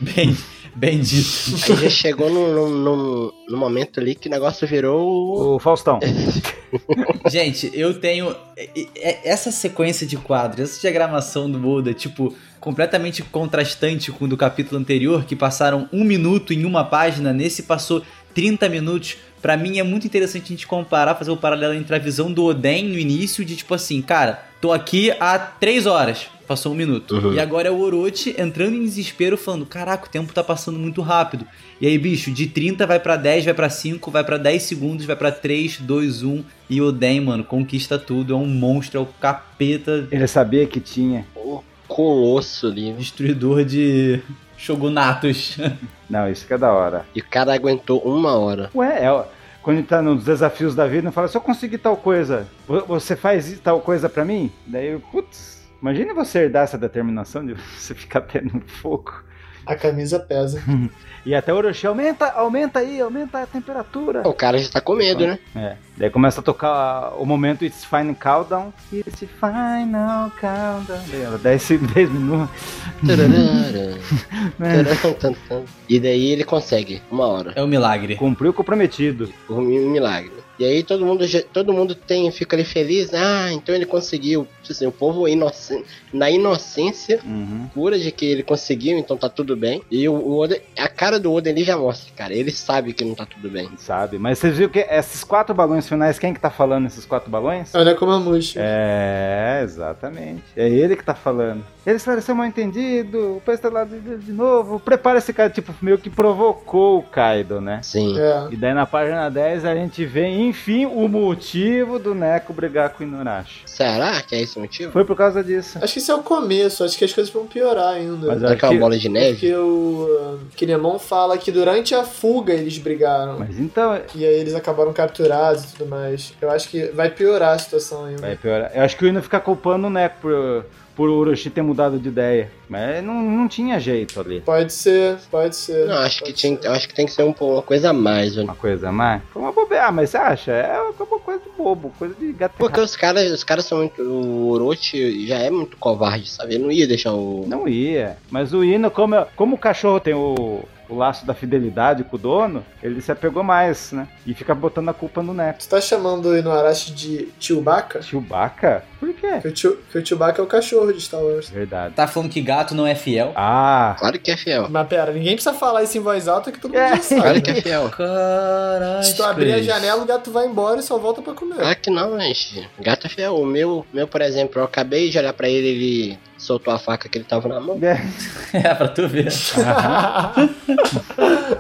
Bem, bendito.
Aí já chegou num, num, num- num momento ali que o negócio virou.
O Faustão.
Gente, eu tenho. e- e- Essa sequência de quadros, essa diagramação do Oda, tipo, completamente contrastante com o do capítulo anterior, que passaram um minuto em uma página, nesse passou 30 minutos. Pra mim é muito interessante a gente comparar, fazer o paralelo entre a visão do Oden no início, de tipo assim, cara, tô aqui há 3 horas, passou um minuto.
Uhum.
E agora é o Orochi entrando em desespero, falando: caraca, o tempo tá passando muito rápido. E aí, bicho, de 30 vai pra 10, vai pra 5, vai pra 10 segundos, vai pra 3, 2, 1. E o Den, mano, conquista tudo. É um monstro, é o capeta
Ele sabia que tinha.
um colosso ali. né?
destruidor de shogunatos.
Não, isso que é da hora.
E o cara aguentou uma hora.
Ué, é, ó, quando ele tá nos desafios da vida, não fala, se eu conseguir tal coisa, vo- você faz tal coisa pra mim? Daí eu, putz, imagine você herdar essa determinação de você ficar até no fogo.
A camisa pesa.
E até o Orochi, aumenta, aumenta aí, aumenta a temperatura.
O cara já tá com medo, né?
É, daí começa a tocar o momento It's Final Countdown. It's Final Countdown. Daí ela, 10, 10 minutos.
Tararara,
Né?
taran, tan, tan. E daí ele consegue, uma hora.
É um milagre.
Cumpriu o comprometido.
Um milagre. E aí todo mundo, já- todo mundo tem, fica ali feliz. Ah, então ele conseguiu. Tipo Assim, o povo inocen- na inocência
Uhum.
pura de que ele conseguiu, então tá tudo bem. E o, o Oden- a cara do Oden ele já mostra, cara. Ele sabe que não tá tudo bem.
Sabe? Mas vocês viram que esses quatro balões finais, quem que tá falando esses quatro balões?
Olha como a murcha.
É, exatamente. É ele que tá falando. Ele esclareceu o mal entendido, o pestelado de, de novo. Prepara esse cara, tipo, meio que provocou o Kaido, né?
Sim.
É.
E daí na página 10 a gente vê, enfim, o motivo do Neko brigar com o Inunashi.
Será que é esse o motivo?
Foi por causa disso.
Acho que isso é o começo, acho que as coisas vão piorar ainda.
Mas
Será que é uma
acho que-
bola de neve?
Porque o uh, Kinemon fala que durante a fuga eles brigaram.
Mas então,
E aí eles acabaram capturados e tudo mais. Eu acho que vai piorar a situação ainda.
vai piorar. é Eu acho que o Ino fica culpando o Neko por, por o Orochi ter mudado de ideia. Mas não, não tinha jeito ali.
Pode ser, pode ser.
Não, acho que,
Pode
tinha,
ser.
eu acho que tem que ser um, po- uma coisa a mais, velho.
Uma coisa a mais. Foi uma bobeira, mas você acha? É uma coisa de bobo, coisa de gato.
Porque os caras os caras são muito. O Orochi já é muito covarde, sabe? Ele não ia deixar o.
Não ia. Mas o Ino, como, como o cachorro tem o, o o laço da fidelidade com o dono, ele se apegou mais, né? E fica botando a culpa no neto.
Tu tá chamando o Inuarashi de Chewbacca?
Chewbacca? Por quê?
Que o, Chew- que o Chewbacca é o cachorro de Star Wars.
Verdade.
Tá falando que gato não é fiel?
Ah,
Claro que é fiel.
Mas pera, ninguém precisa falar isso em voz alta que todo mundo
É.
já sabe.
Claro que
né?
é fiel.
Caralho.
Se tu abrir é a
Cris.
janela, o gato vai embora e só volta pra comer.
Claro que não, gente. Gato é fiel. O meu, meu, por exemplo, eu acabei de olhar pra ele, ele soltou a faca que ele tava na mão.
é.
É, pra tu ver.
é.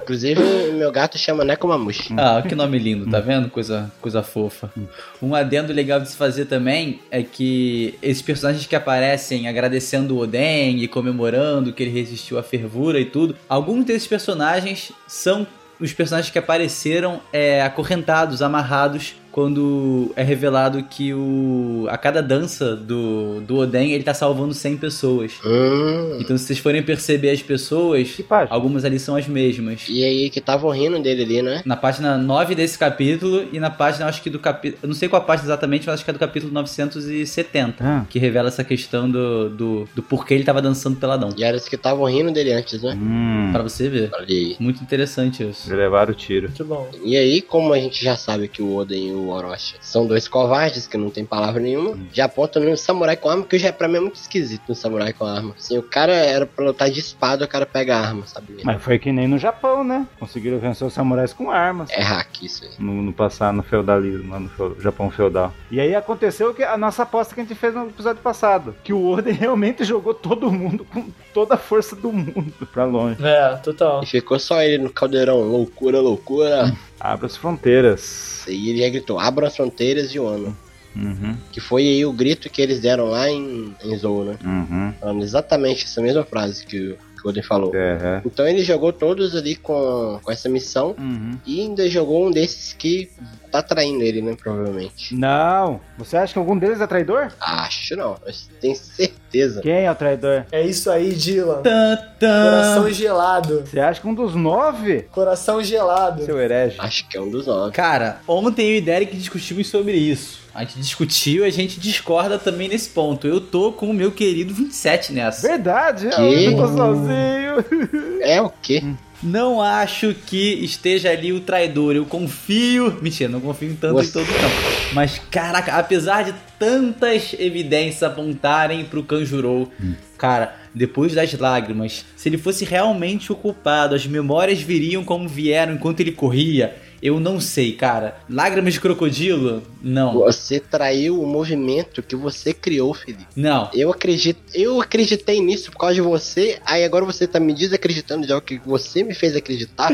Inclusive, meu gato chama Nekomamushi.
Ah, que nome lindo, tá vendo? Coisa, coisa fofa. Um adendo legal de se fazer também é que esses personagens que aparecem agradecendo o Oden e comemorando que ele resistiu à fervura e tudo, alguns desses personagens são os personagens que apareceram é, acorrentados, amarrados, quando é revelado que o, a cada dança do, do Oden ele tá salvando 100 pessoas.
Hum.
Então, se vocês forem perceber as pessoas,
Que página?
algumas ali são as mesmas.
E aí que tava rindo dele ali, né?
Na página 9 desse capítulo e na página, acho que do capítulo. Eu não sei qual a página exatamente, mas acho que é do capítulo 970.
Ah.
Que revela essa questão do, do, do porquê ele tava dançando peladão.
E era os que estavam rindo dele antes, né?
Hum,
Pra você ver.
Olha aí.
Muito interessante isso.
levaram o tiro.
Muito bom.
E aí, como a gente já sabe que o Oden e o Orochi são dois covardes que não tem palavra nenhuma, já apontam no samurai com arma, que já pra mim é muito esquisito um samurai com arma. Assim, o cara era pra lutar de espada, o cara pega a arma, sabe?
Mas foi que nem no Japão, né? Conseguiram vencer os samurais com armas.
É hack isso aí.
No, no passar no feudalismo, lá no feu- Japão feudal. E aí aconteceu que a nossa aposta que a gente fez no episódio passado. Que o Oden realmente jogou todo mundo com toda a força do mundo pra longe.
É, total.
E ficou só ele no caldeirão, loucura, loucura.
Abra as fronteiras.
E ele já gritou, abram as fronteiras de Ono.
Uhum,
Que foi aí o grito que eles deram lá em, em Zou, né?
uhum.
Falando exatamente essa mesma frase que o, que o Oden falou.
É, é.
Então ele jogou todos ali com, com essa missão
Uhum.
e ainda jogou um desses que tá traindo ele, né? Provavelmente.
Não! Você acha que algum deles é traidor?
Acho não, mas tenho certeza.
Quem é o traidor?
É isso aí, Dylan.
Tan, tan.
Coração gelado.
Você acha que um dos nove?
Coração gelado.
Seu herege.
Acho que é um dos nove.
Cara, ontem eu e Derek discutimos sobre isso. A gente discutiu, a gente discorda também nesse ponto. Eu tô com o meu querido 27 nessa.
Verdade! né?
Que?
Eu tô sozinho!
É o quê?
Não acho que esteja ali o traidor. Eu confio. Mentira, não confio tanto
Você-
em todo não. Mas caraca, apesar de tantas evidências apontarem pro Kanjurou, cara, depois das lágrimas, se ele fosse realmente o culpado, as memórias viriam como vieram enquanto ele corria. Eu não sei, cara. Lágrimas de crocodilo? Não.
Você traiu o movimento que você criou, Felipe.
Não.
Eu acredito, eu acreditei nisso por causa de você, aí agora você tá me desacreditando de algo que você me fez acreditar.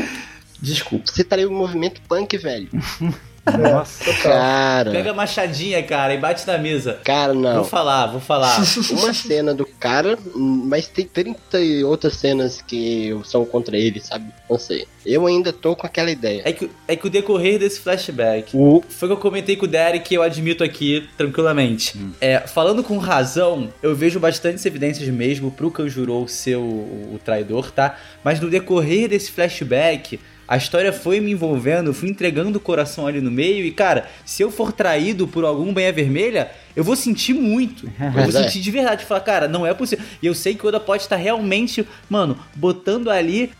Desculpa.
Você traiu o movimento punk, velho.
É,
Nossa!
Cara,
Pega a machadinha, cara, e bate na mesa.
cara, não.
Vou falar, vou falar.
uma cena do cara, mas tem 30 e outras cenas que são contra ele, sabe? Não sei. Eu ainda tô com aquela ideia.
É que, é que o decorrer desse flashback
O
Foi o que eu comentei com o Derek e eu admito aqui tranquilamente. É, falando com razão, eu vejo bastantes evidências mesmo pro Kanjurou ser o, o traidor, tá? Mas no decorrer desse flashback, a história foi me envolvendo, eu fui entregando o coração ali no meio e, cara, se eu for traído por algum banha vermelha, eu vou sentir muito. Eu vou
Mas é.
sentir de verdade. Falar, cara, não é possível. E eu sei que o Oda pode estar realmente, mano, botando ali.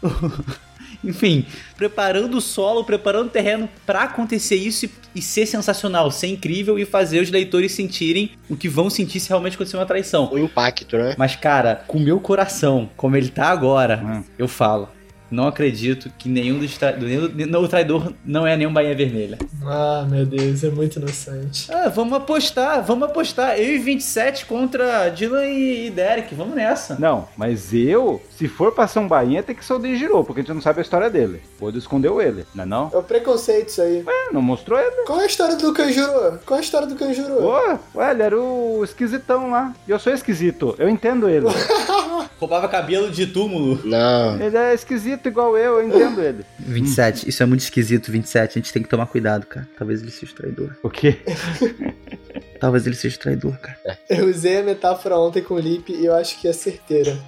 Enfim, preparando o solo, preparando o terreno pra acontecer isso e, e ser sensacional, ser incrível e fazer os leitores sentirem o que vão sentir se realmente acontecer uma traição.
O impacto, né?
Mas, cara, com o meu coração, como ele tá agora,
Hum.
eu falo. Não acredito que nenhum dos tra... nenhum, nenhum traidor não é nenhum Bahia Vermelha.
Ah, meu Deus, é muito inocente.
Ah, vamos apostar, vamos apostar. Eu e 27 contra Dylan e, e Derek, vamos nessa.
Não, mas eu, se for pra São Bainha, tem que ser o Denjiro, porque a gente não sabe a história dele. O Odo escondeu ele, não é não?
É o preconceito isso aí.
É, não mostrou ele.
Qual é a história do Kanjuro? Qual é a história do Kanjuro?
Ô, ué, ele era o esquisitão lá. E eu sou esquisito, eu entendo ele.
Roubava cabelo de túmulo.
Não.
Ele é esquisito igual eu, eu entendo ele.
27, isso é muito esquisito, 27. A gente tem que tomar cuidado, cara. Talvez ele seja traidor.
O quê?
Talvez ele seja traidor, cara.
Eu usei a metáfora ontem com o Lipe e eu acho que é certeira.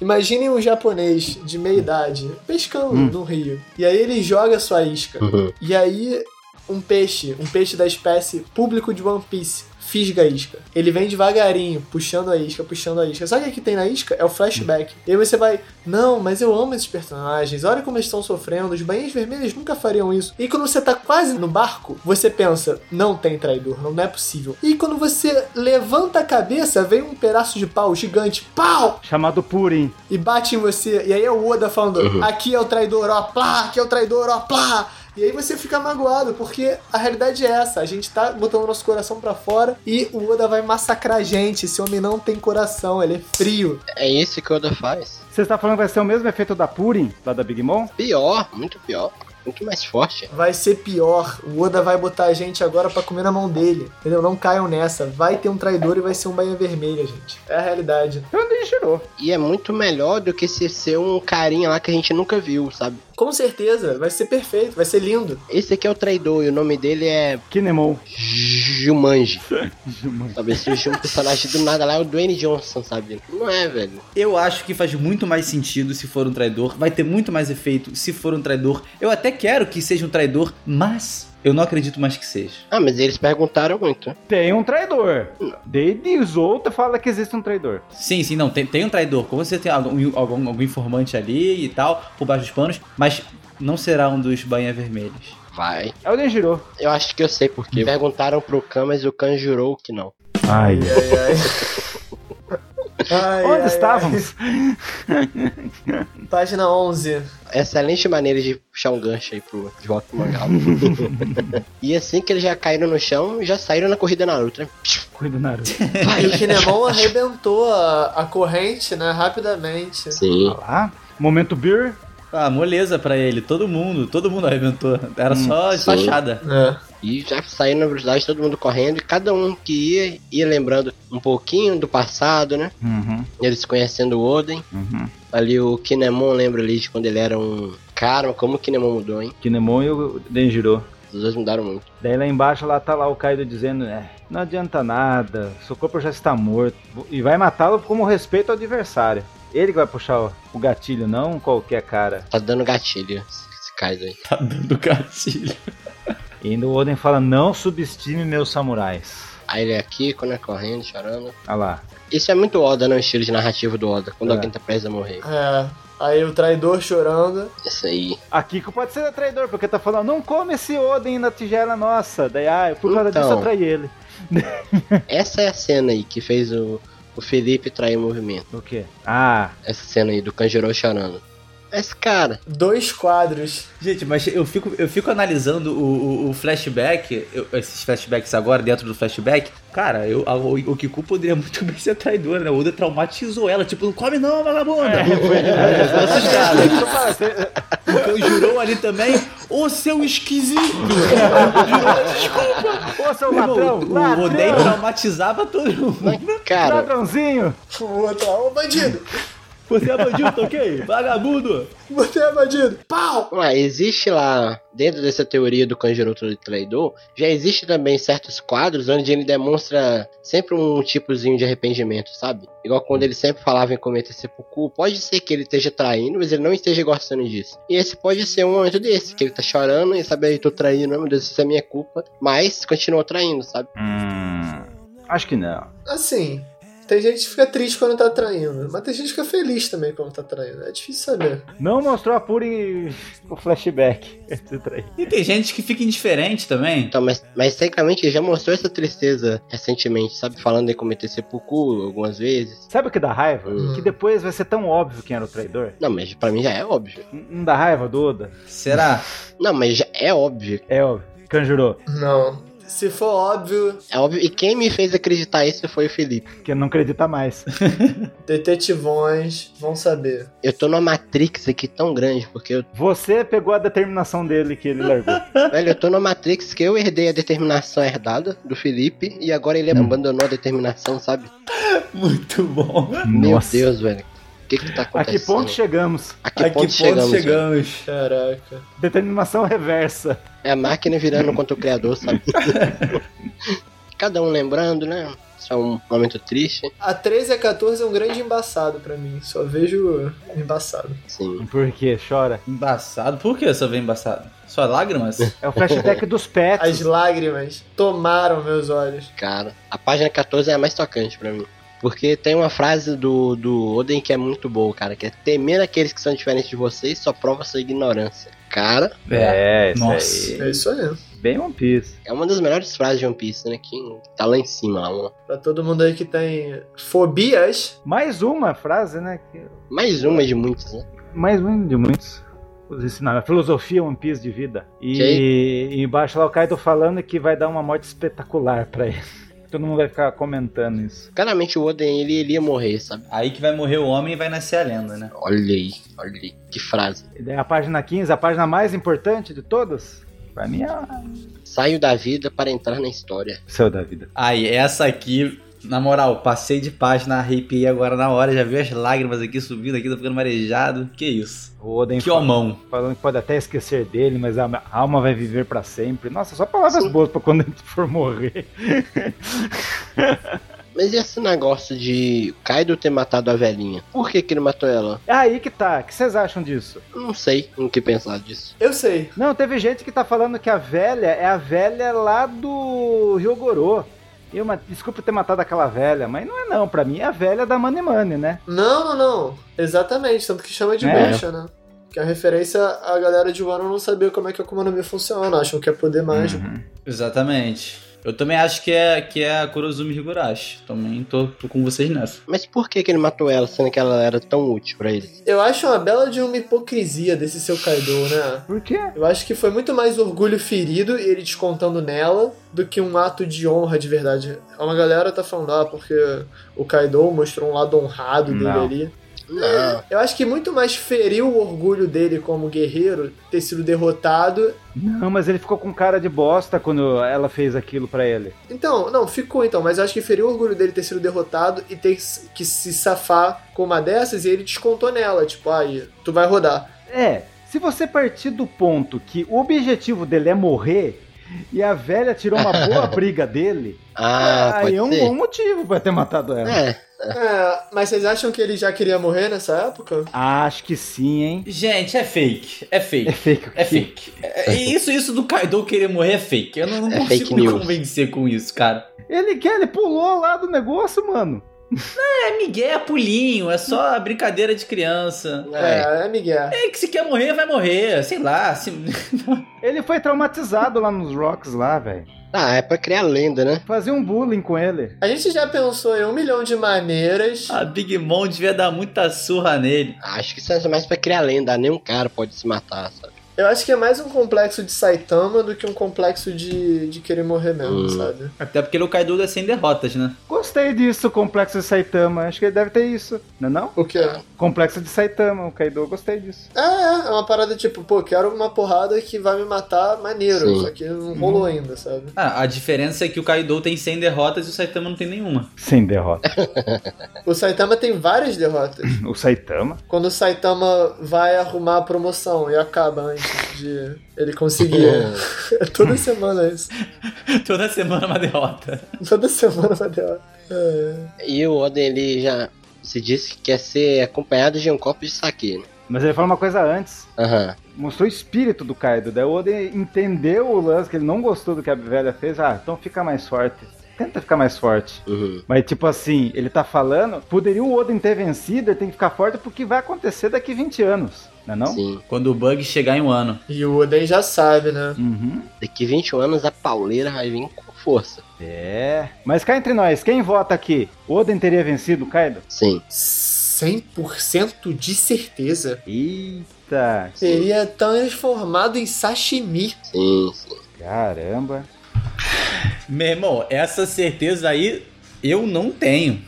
Imaginem um japonês de meia idade pescando no rio. E aí ele joga sua isca.
Uhum.
E aí um peixe, um peixe da espécie público de One Piece, fisga a isca. Ele vem devagarinho, puxando a isca, puxando a isca. Sabe o que tem na isca? É o flashback. E aí você vai, não, mas eu amo esses personagens, olha como eles estão sofrendo, os bainhas vermelhas nunca fariam isso. E quando você tá quase no barco, você pensa, não tem traidor, não é possível. E quando você levanta a cabeça, vem um pedaço de pau gigante, pau!
Chamado Purim.
e bate em você, e aí é o Oda falando: aqui é o traidor, ó, plá, aqui é o traidor, ó, plá. E aí você fica magoado, porque a realidade é essa: a gente tá botando nosso coração pra fora e o Oda vai massacrar a gente. Esse homem não tem coração, ele é frio.
É isso que o Oda faz.
Você está falando que vai ser o mesmo efeito da Purim, lá da Big Mom?
Pior, muito pior. Muito mais forte.
Vai ser pior. O Oda vai botar a gente agora pra comer na mão dele. Entendeu? Não caiam nessa. Vai ter um traidor e vai ser um bainha vermelha, gente. É a realidade.
Eu andei cheirou.
E é muito melhor do que se ser um carinha lá que a gente nunca viu, sabe?
Com certeza, vai ser perfeito, vai ser lindo.
Esse aqui é o traidor e o nome dele é
Kinemon.
Jumanji. Sabe, esse um personagem do nada lá é o Dwayne Johnson, sabe? Não é, velho.
Eu acho que faz muito mais sentido se for um traidor. Vai ter muito mais efeito se for um traidor. Eu até quero que seja um traidor, mas eu não acredito mais que seja.
Ah, mas eles perguntaram muito.
Tem um traidor. Desde os outros fala que existe um traidor.
Sim, sim, não. Tem, tem um traidor. Como você tem algum, algum, algum informante ali e tal, por baixo dos panos, mas não será um dos bainha vermelhos.
Vai.
É o Denjiro.
Eu acho que eu sei porque. Perguntaram pro Khan, mas o Khan jurou que não.
Ai.
Ai, ai,
Onde
ai.
estávamos?
Página 11.
Excelente maneira de puxar um gancho aí pro Jota Mangal. e assim que eles já caíram no chão, já saíram na corrida Naruto. né?
Cuida do Naruto.
E o Kinemon arrebentou a, a corrente, né? Rapidamente.
Sim.
Olha lá. Momento Beer.
Ah, moleza pra ele. Todo mundo, todo mundo arrebentou. Era só de
sim.
fachada.
É.
E já saíram na velocidade, todo mundo correndo. E cada um que ia, ia lembrando um pouquinho do passado, né?
Uhum,
Eles conhecendo o Oden.
uhum.
Ali o Kinemon lembra ali de quando ele era um cara. Como o Kinemon mudou, hein?
Kinemon e o Denjiro.
Os dois mudaram muito.
Daí lá embaixo lá tá lá o Kaido dizendo, é, não adianta nada, seu corpo já está morto. E vai matá-lo como respeito ao adversário. Ele que vai puxar o, o gatilho, não qualquer cara.
Tá dando gatilho esse Kaido aí.
Tá dando gatilho.
E ainda o Oden fala, não subestime meus samurais.
Aí ele é aqui, quando é correndo, chorando.
Olha lá.
Isso é muito Oda, não? O estilo de narrativa do Oda. Quando
É.
alguém tá prestes a morrer.
É. Aí o traidor chorando.
Isso aí.
A Kiko pode ser traidor, porque tá falando, não come esse Oden na tigela nossa. Daí, ah, por causa
Então.
disso eu traí ele.
Essa é a cena aí que fez o, o Felipe trair o movimento.
O quê? Ah,
Essa cena aí do Kanjiro chorando. Mas, cara,
Dois quadros.
Gente, mas eu fico, eu fico analisando o, o- o flashback, eu- esses flashbacks agora, dentro do flashback. Cara, eu, a- o, o Kiku poderia muito bem ser traidora, né? O Oda traumatizou ela, tipo, não come não, É, vagabunda!
É,
Ela ficou assustada.
Deixa eu falar, você-
Então jurou ali também, ô seu esquisito!
Ô, seu
Irmão,
ladrão,
o, o Oden é
ladrão,
traumatizava todo mundo.
cara,
ladrãozinho.
O outro lá, ô bandido!
Você é bandido, tá ok? Vagabundo!
Você é bandido! Pau!
vamos lá, existe lá, dentro dessa teoria do Kanjiro tra- traidor, já existe também certos quadros onde ele demonstra sempre um tipozinho de arrependimento, sabe? Igual quando ele sempre falava em cometer seppuku, pode ser que ele esteja traindo, mas ele não esteja gostando disso. E esse pode ser um momento desse, que ele tá chorando e sabe, aí tô traindo, meu Deus, isso é minha culpa, mas continua traindo, sabe?
Hum, acho que não.
Assim, tem gente que fica triste quando tá traindo, mas tem gente que fica feliz também quando tá traindo. É difícil saber.
Não mostrou a Puri o flashback. Esse trem.
E tem gente que fica indiferente também.
Então, mas, mas tecnicamente ele já mostrou essa tristeza recentemente, sabe? Falando em cometer seppuku algumas vezes.
Sabe o que dá raiva?
Hum.
Que depois vai ser tão óbvio quem era o traidor.
Não, mas pra mim já é óbvio.
N- Não dá raiva do Oda?
Será?
Não, mas já é óbvio.
É óbvio. Kanjuro,
Não. Se for óbvio,
É óbvio. E quem me fez acreditar isso foi o Felipe.
que não acredita mais.
detetivões vão saber.
Eu tô numa Matrix aqui tão grande, porque eu,
Você pegou a determinação dele que ele largou.
velho, eu tô numa Matrix que eu herdei a determinação herdada do Felipe e agora ele abandonou a determinação, sabe?
Muito bom.
Meu
Nossa.
Deus, velho. O que que tá
A que
acontecendo?
ponto chegamos?
A que
A que
ponto chegamos? velho?
Caraca.
Determinação reversa.
É a máquina virando contra o criador, sabe? Cada um lembrando, né? Isso é um momento triste.
A 13 e a 14 é um grande embaçado pra mim. Só vejo embaçado.
Sim.
Por quê? Chora.
Embaçado? Por que essa vem embaçado? Só lágrimas?
É o flashback dos pets.
As lágrimas tomaram meus olhos.
Cara, a página 14 é a mais tocante pra mim. Porque tem uma frase do, do Oden que é muito boa, cara, que é temer aqueles que são diferentes de vocês só prova sua ignorância. Cara,
É, isso
Nossa.
É isso aí.
aí. Bem One Piece.
é uma das melhores frases de One Piece, né? Que tá lá em cima. lá, uma-
Pra todo mundo aí que tem fobias,
Mais uma frase, né? que-
Mais uma de muitas, né?
Mais um de muitos. Os ensinaram. A filosofia One Piece de vida. E, e embaixo lá o Kaido falando que vai dar uma morte espetacular pra ele. Todo mundo vai ficar comentando isso.
Claramente o Oden, ele, ele ia morrer, sabe?
Aí que vai morrer o homem e vai nascer a lenda, né?
Olha aí, olha aí, que frase.
E daí a página 15, a página mais importante de todas, pra mim é a
Saio da vida para entrar na história.
céu da vida.
Aí, essa aqui, na moral, passei de página, arrepiei agora na hora, já vi as lágrimas aqui subindo aqui, tô ficando marejado. Que isso?
O Oden
Que homão.
falando que pode até esquecer dele, mas a alma vai viver pra sempre. Nossa, só palavras boas pra quando a gente for morrer.
Mas e esse negócio de Kaido ter matado a velhinha? Por que, que ele matou ela?
É aí que tá. O que vocês acham disso?
Eu não sei o que pensar disso.
eu sei.
Não, teve gente que tá falando que a velha é a velha lá do Rio Gorô. Eu, ma- desculpa ter matado aquela velha, mas não é não, pra mim é a velha da Money Money, né?
Não, não, não. Exatamente, tanto que chama de
É.
bruxa, né? Que é uma referência a galera de Wano não saber como é que a Akuma no Mi funciona, acham que é poder mágico.
Uhum.
Exatamente. Eu também acho que é, que é a Kurozumi Higurashi. Também tô, tô com vocês nessa.
Mas por que, que ele matou ela, sendo que ela era tão útil pra ele?
Eu acho uma bela de uma hipocrisia desse seu Kaido, né?
Por quê?
Eu acho que foi muito mais orgulho ferido e ele descontando nela do que um ato de honra de verdade. Uma galera tá falando, ah, porque o Kaido mostrou um lado honrado dele
Não.
ali.
Não.
Eu acho que muito mais feriu o orgulho dele como guerreiro ter sido derrotado.
Não, mas ele ficou com cara de bosta quando ela fez aquilo pra ele.
Então, não, ficou então, mas eu acho que feriu o orgulho dele ter sido derrotado e ter que se safar com uma dessas e ele descontou nela, tipo, aí, tu vai rodar.
É, se você partir do ponto que o objetivo dele é morrer e a velha tirou uma boa briga dele,
Ah,
aí
pode
é um
ser.
bom motivo pra ter matado ela.
É,
É, mas vocês acham que ele já queria morrer nessa época?
Acho que sim, hein?
Gente, é fake. É
É
fake.
fake.
É fake. É- é isso, isso do Kaido querer morrer é fake. Eu não, não
É
consigo
fake
me
news.
convencer com isso, cara.
Ele quer, ele pulou lá do negócio, mano.
É Miguel, é pulinho, é só brincadeira de criança.
é.
É, é Miguel.
É que se quer morrer, vai morrer. Sei lá. Se...
Ele foi traumatizado lá nos rocks lá, velho.
Ah, é pra criar lenda, né?
Fazia um bullying com ele.
A gente já pensou em um milhão de maneiras.
A Big Mom devia dar muita surra nele.
Acho que isso é mais pra criar lenda, nenhum cara pode se matar, sabe?
Eu acho que é mais um complexo de Saitama do que um complexo de, de querer morrer mesmo,
Hum.
sabe?
Até porque ele é o Kaido é sem derrotas, né?
Gostei disso, complexo de Saitama. Acho que ele deve ter isso, não é não?
O que é?
Complexo de Saitama, o Kaido, gostei disso.
É, é uma parada tipo, pô, quero uma porrada que vai me matar maneiro,
Sim.
só que não rolou ainda, sabe?
Ah, a diferença é que o Kaido tem 100 derrotas e o Saitama não tem nenhuma.
Sem derrota.
O Saitama tem várias derrotas.
O Saitama?
Quando o Saitama vai arrumar a promoção e acaba antes de ele conseguir.
Uhum.
é toda semana isso.
Toda semana é uma derrota.
Toda semana uma derrota. É.
E o Oden, ele já se disse que quer ser acompanhado de um copo de saque, né?
Mas ele fala uma coisa antes.
Aham.
Mostrou o espírito do Kaido. Daí o Oden entendeu o lance, que ele não gostou do que a velha fez. Ah, então fica mais forte. Tenta ficar mais forte.
Uhum.
Mas, tipo assim, ele tá falando, poderia o Odin ter vencido, ele tem que ficar forte porque vai acontecer daqui 20 anos, não é não?
Sim.
Quando o Bug chegar em um ano.
E o Oden já sabe, né?
Uhum.
Daqui 21 anos a pauleira vai vir com força.
É. Mas cá entre nós, quem vota aqui? O Odin teria vencido o Kaido?
Sim.
100% de certeza.
Eita,
Seria transformado em sashimi.
Sim, sim.
caramba.
Meu irmão, essa certeza aí eu não tenho.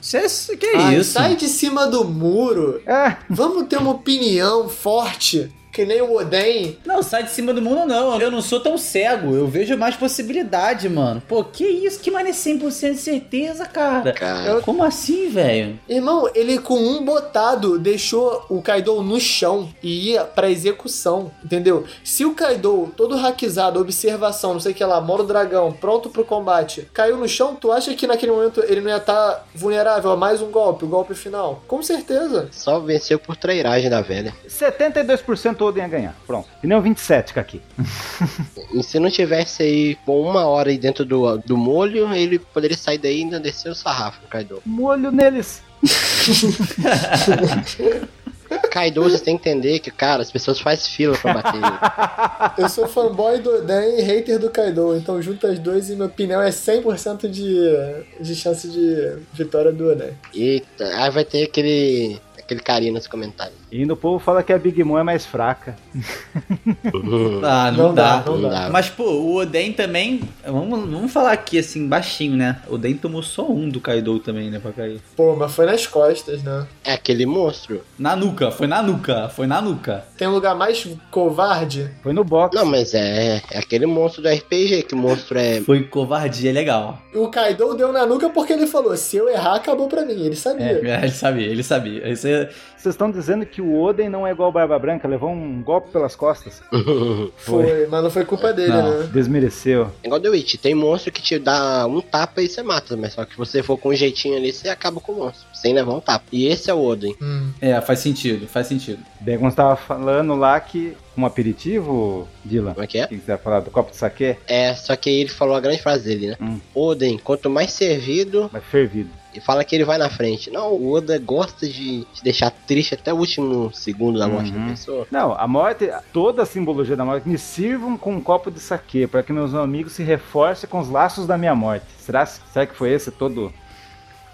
Isso é- que é
Ah,
isso?
Sai de cima do muro.
Ah,
Vamos ter uma opinião forte. que nem o Oden.
Não, sai de cima do mundo não. Eu não sou tão cego. Eu vejo mais possibilidade, mano. Pô, que isso? Que mais 100% de certeza, cara.
Cara,
Como assim, velho?
Irmão, ele com um botado deixou o Kaido no chão e ia pra execução, entendeu? Se o Kaido, todo hackizado, observação, não sei o que lá, mora o dragão, pronto pro combate, caiu no chão, tu acha que naquele momento ele não ia estar vulnerável a mais um golpe, o golpe final? Com certeza.
só venceu por trairagem da velha.
72% Oden ia ganhar. Pronto. E nem o 27 aqui.
E se não tivesse aí com uma hora aí dentro do, do molho, ele poderia sair daí e ainda descer o sarrafo no Kaido.
Molho neles.
Kaido, você tem que entender que, cara, as pessoas fazem fila pra bater ele.
Eu sou fanboy do Oden e hater do Kaido, então junta as duas e minha opinião é 100% de, de chance de vitória do Oden.
Eita, aí vai ter aquele, aquele carinho nos comentários.
E ainda o povo fala que a Big Mom é mais fraca.
Ah, não, dá.
Não
dá.
dá.
Mas, pô, o Oden também. Vamos, vamos falar aqui, assim, baixinho, né? O Oden tomou só um do Kaido também, né? Pra cair.
Pô, mas foi nas costas, né?
É aquele monstro.
Na nuca, foi na nuca, foi na nuca.
Tem um lugar mais covarde?
Foi no box.
Não, mas é, é aquele monstro do RPG, que o monstro é.
Foi covardia legal.
O Kaido deu na nuca porque ele falou: se eu errar, acabou pra mim. Ele
É,
sabia.
ele sabia, ele sabia. Isso é-
Vocês estão dizendo que o Oden não é igual o Barba Branca, levou um golpe pelas costas.
foi. mas não foi culpa dele,
Não.
né?
Desmereceu.
É igual The Witch, tem monstro que te dá um tapa e você mata, mas só que se você for com um jeitinho ali, você acaba com o monstro, sem levar um tapa. E esse é o Odin.
Hum.
é, faz sentido, faz sentido.
Dagon estava falando lá que um aperitivo, Dylan.
Como é que é?
O que você vai falar do copo de saquê?
É, só que ele falou a grande frase dele, né?
Hum.
Odin, quanto mais servido,
Mas fervido.
e fala que ele vai na frente. Não, o Oda gosta de te deixar triste até o último segundo da morte
Uhum.
da pessoa.
Não, a morte, toda a simbologia da morte, me sirvam com um copo de saquê, para que meus amigos se reforcem com os laços da minha morte. Será, será que foi esse todo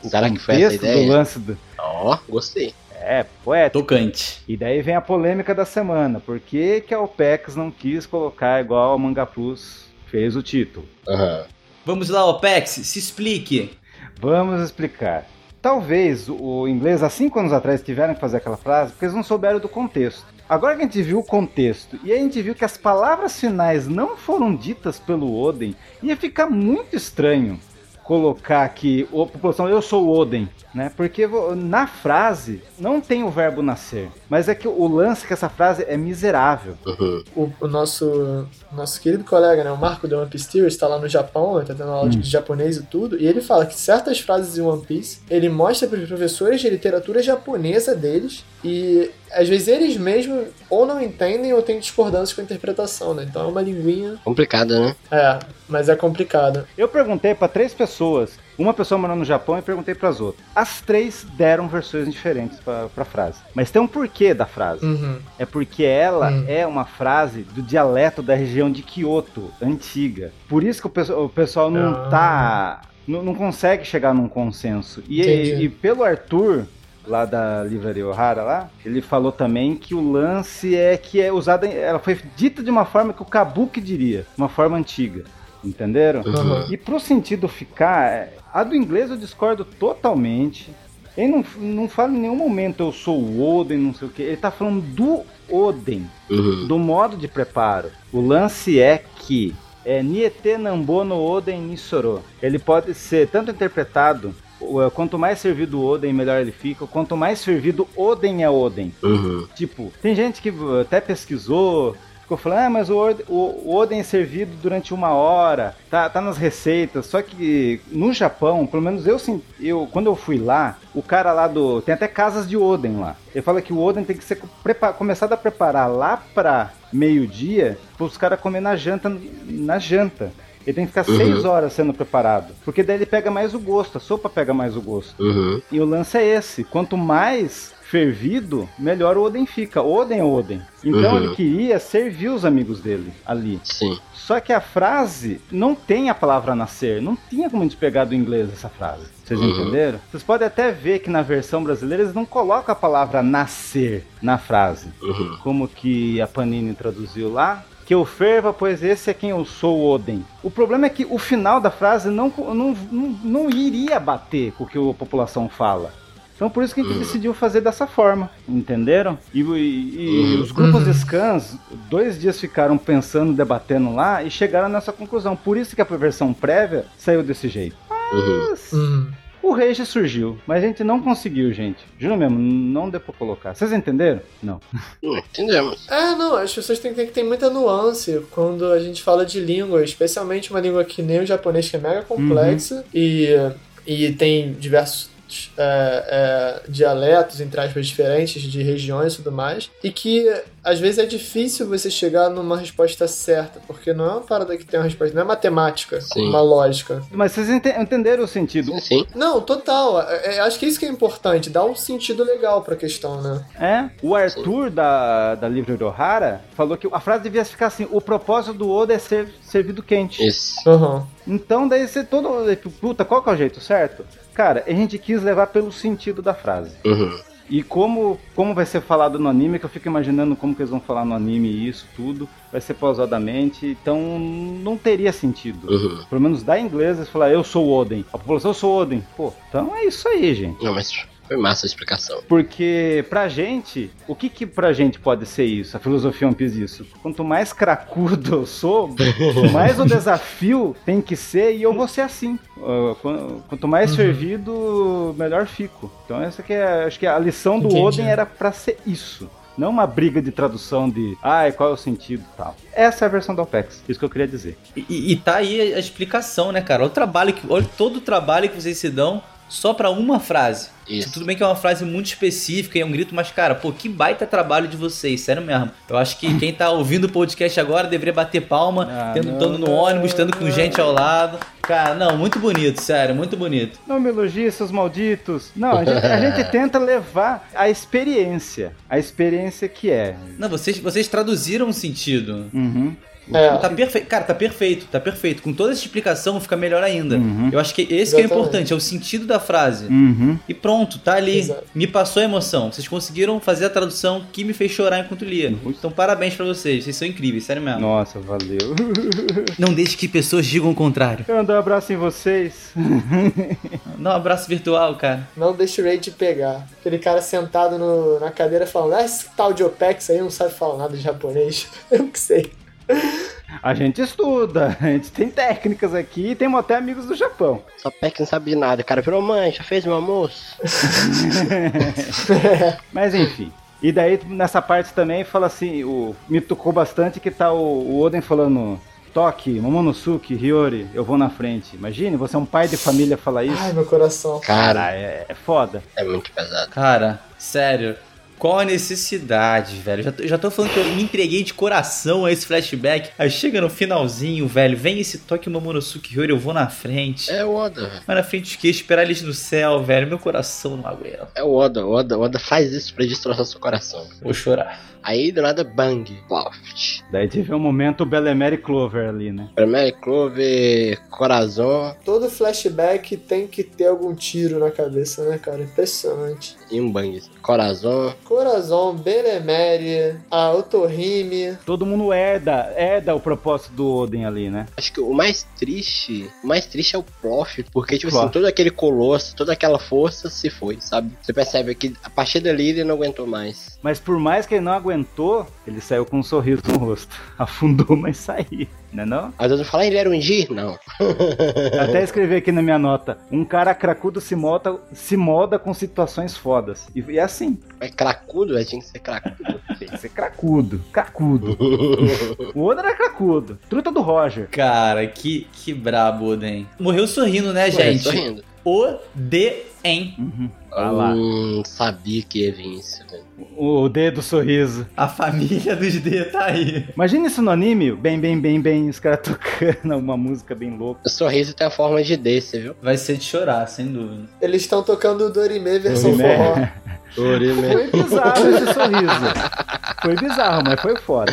Será que foi essa a
texto do
ideia?
lance do.
Ó, gostei.
É, poético.
Tocante.
E daí vem a polêmica da semana. Por que, que a OPEX não quis colocar igual a Manga Plus fez o título?
Aham.
Vamos lá, Opex, se explique.
Vamos explicar. Talvez o inglês, há cinco anos atrás, tiveram que fazer aquela frase porque eles não souberam do contexto. Agora que a gente viu o contexto e a gente viu que as palavras finais não foram ditas pelo Oden, ia ficar muito estranho colocar que o população eu sou o Oden, né? Porque vo- na frase não tem o verbo nascer, mas é que o lance é que essa frase é miserável.
Uhum.
O, o nosso, nosso querido colega, né? O Marco do One Piece Theory, está lá no Japão, ele tá dando aula
Hum.
de japonês e tudo. E ele fala que certas frases de One Piece ele mostra para os professores de literatura japonesa deles. E às vezes eles mesmos ou não entendem ou têm discordâncias com a interpretação, né? Então é uma linguinha.
Complicado, né?
É, mas é complicado.
Eu perguntei pra três pessoas, uma pessoa morando no Japão e perguntei pras outras. As três deram versões diferentes pra pra frase. Mas tem um porquê da frase.
Uhum.
É porque ela
Hum.
é uma frase do dialeto da região de Kyoto, antiga. Por isso que o, pesso- o pessoal não
Ah.
tá. Não, não consegue chegar num consenso. E,
Entendi.
e pelo Arthur, lá da Livraria O'Hara, lá, ele falou também que o lance é que é usada. em- Ela foi dita de uma forma que o Kabuki diria, uma forma antiga. Entenderam?
Uhum.
E pro sentido ficar, é, a do inglês eu discordo totalmente. Ele não, não fala em nenhum momento eu sou o Oden, não sei o que. Ele tá falando do Oden,
Uhum.
do modo de preparo. O lance é que é Niete Nambo no Oden Nisoro. Ele pode ser tanto interpretado, ou, é, quanto mais servido o Oden, melhor ele fica. Quanto mais servido Oden é Oden.
Uhum.
Tipo, tem gente que uh, até pesquisou, ficou falando, ah, mas o, Ode- o- o Oden é servido durante uma hora, tá, tá nas receitas. Só que no Japão, pelo menos eu, sim- eu quando eu fui lá, o cara lá do. Tem até casas de Oden lá. Ele fala que o Oden tem que ser prepa- começado a preparar lá pra meio-dia, pros caras comer na janta. Na janta. Ele tem que ficar
Uhum.
seis horas sendo preparado. Porque daí ele pega mais o gosto, a sopa pega mais o gosto.
Uhum.
E o lance é esse: quanto mais fervido, melhor o Oden fica. Oden é Oden. Então
Uhum.
ele queria servir os amigos dele ali.
Sim.
Só que a frase não tem a palavra nascer. Não tinha como a gente pegar do inglês essa frase. Vocês
Uhum.
entenderam? Vocês podem até ver que na versão brasileira eles não colocam a palavra nascer na frase.
Uhum.
Como que a Panini traduziu lá. Que eu ferva, pois esse é quem eu sou, Oden. O problema é que o final da frase não, co- não, não, não iria bater com o que a população fala. Então por isso que a gente decidiu fazer dessa forma, entenderam? E, e- e os grupos de scans, dois dias ficaram pensando, debatendo lá e chegaram nessa conclusão. Por isso que a versão prévia saiu desse jeito.
Uhum.
Mas
Hum.
o Rage surgiu, mas a gente não conseguiu, gente. Juro mesmo, não deu pra colocar. Vocês entenderam? Não.
Hum, Entendemos.
É, não, as pessoas têm, têm que ter muita nuance quando a gente fala de língua, especialmente uma língua que nem o japonês, que é mega complexa e, e tem diversos é, é, dialetos, entre aspas, diferentes de regiões e tudo mais, e que às vezes é difícil você chegar numa resposta certa, porque não é uma parada que tem uma resposta, não é matemática,
Sim.
uma lógica.
Mas vocês ente- entenderam o sentido.
Sim, sim.
Não, total, é- é- acho que isso que é importante, dá um sentido legal pra questão, né?
É, o Arthur da, da Livre Ohara falou que a frase devia ficar assim: o propósito do Oda é ser servido quente.
Isso.
Uhum.
Então daí você todo. Puta, qual que é o jeito certo? Cara, a gente quis levar pelo sentido da frase.
Uhum.
E como, como vai ser falado no anime, que eu fico imaginando como que eles vão falar no anime isso tudo, vai ser pausadamente, então não teria sentido.
Uhum.
Pelo menos da inglês, eles falar eu sou Oden, a população eu sou Oden. Pô, então é isso aí, gente.
Não, mas foi massa a explicação.
Porque pra gente, o que que pra gente pode ser isso? A filosofia One Piece disso. Quanto mais cracudo eu sou, mais o desafio tem que ser e eu vou ser assim. Ah, quan- Quanto mais servido, melhor fico. Então essa que é, acho que a lição do
Entendi.
Oden era pra ser isso. Não uma briga de tradução de, ai, qual é o sentido e tal. Essa é a versão do Apex, isso que eu queria dizer.
E, e tá aí a explicação, né, cara? Olha o trabalho que. Olha todo o trabalho que vocês se dão só pra uma frase.
Isso.
Tudo bem que é uma frase muito específica e é um grito, mas, cara, pô, que baita trabalho de vocês, sério mesmo. Eu acho que quem tá ouvindo o podcast agora deveria bater palma,
Ah,
tendo,
não,
estando no
não,
ônibus, estando com
não.
gente ao lado. Cara, não, muito bonito, sério, muito bonito.
Não me elogie, seus malditos. Não, a gente, a gente tenta levar a experiência. A experiência que é.
Não, vocês, vocês traduziram o sentido.
Uhum.
É.
Tá perfeito, cara, tá perfeito, tá perfeito. Com toda essa explicação fica melhor ainda.
Uhum.
Eu acho que esse que é
Exatamente.
importante, é o sentido da frase.
Uhum.
E pronto, tá ali.
Exato.
Me passou a emoção. Vocês conseguiram fazer a tradução que me fez chorar enquanto lia. Então, parabéns pra vocês. Vocês são incríveis, sério mesmo. Não,
Nossa, valeu.
deixe que pessoas digam o contrário.
Eu ando um abraço em vocês.
Dá um abraço virtual, cara.
Não deixa o Raid pegar. Aquele cara sentado no- na cadeira falando, ah, esse tal de OPEX aí não sabe falar nada de japonês. Eu que sei.
A gente estuda, a gente tem técnicas aqui e temos até amigos do Japão.
Só pé que não sabe de nada. O cara virou mãe, já fez meu almoço.
Mas enfim. E daí nessa parte também fala assim, o me tocou bastante que tá o, o Oden falando Toque, Momonosuke, Hiyori, eu vou na frente. Imagine, você é um pai de família falar
Ai,
isso.
meu coração.
Cara,
Cara, é, é foda.
é muito pesado.
Cara, sério. Qual a necessidade, velho? Já tô, já tô falando que eu me entreguei de coração a esse flashback. Aí chega no finalzinho, velho. Vem esse toque Momonosuke Hori, eu vou na frente.
É o Oda, velho.
Mas na frente do que? Esperar eles no céu, velho. Meu coração não aguenta.
É o Oda, o Oda, o Oda faz isso pra destroçar seu coração.
Vou chorar.
Aí do nada, bang, loft.
Daí tive um momento Belemere e Clover ali, né?
Primeiro Clover, Corazon
Todo flashback tem que ter algum tiro na cabeça, né, cara? Impressionante.
e um bang. Corazon,
Corazon, Belemere, a Otorrime.
Todo mundo herda, herda o propósito do Oden ali, né?
Acho que o mais triste, o mais triste é o prof, porque, tipo
Claro.
assim, todo aquele colosso, toda aquela força se foi, sabe? Você percebe que a partir dali ele não aguentou mais.
Mas por mais que ele não aguentou, ele saiu com um sorriso no rosto. Afundou, mas saiu, né não?
Às vezes eu falo, ah, ele era um G? Não.
Até escrevi aqui na minha nota. Um cara cracudo se moda, se moda com situações fodas. E é assim.
É cracudo, velho, tinha que ser cracudo.
Tem que ser cracudo. Cracudo. o outro era cracudo. Truta do Roger.
Cara, que, que brabo, Oden. Morreu sorrindo, né,
Gente,
gente?
tô rindo.
Oden.
Uhum. Olha lá.
Hum, sabia que ia vir isso, velho.
O o dedo sorriso.
A família dos D tá aí.
Imagina isso no anime. Bem, bem, bem, bem. Os caras tocando uma música bem louca.
O sorriso tem a forma de D, você viu?
Vai ser de chorar, sem dúvida.
Eles estão tocando o Dorime versão
Dorime.
forró.
Dorime.
Foi bizarro esse sorriso. Foi bizarro, mas foi foda.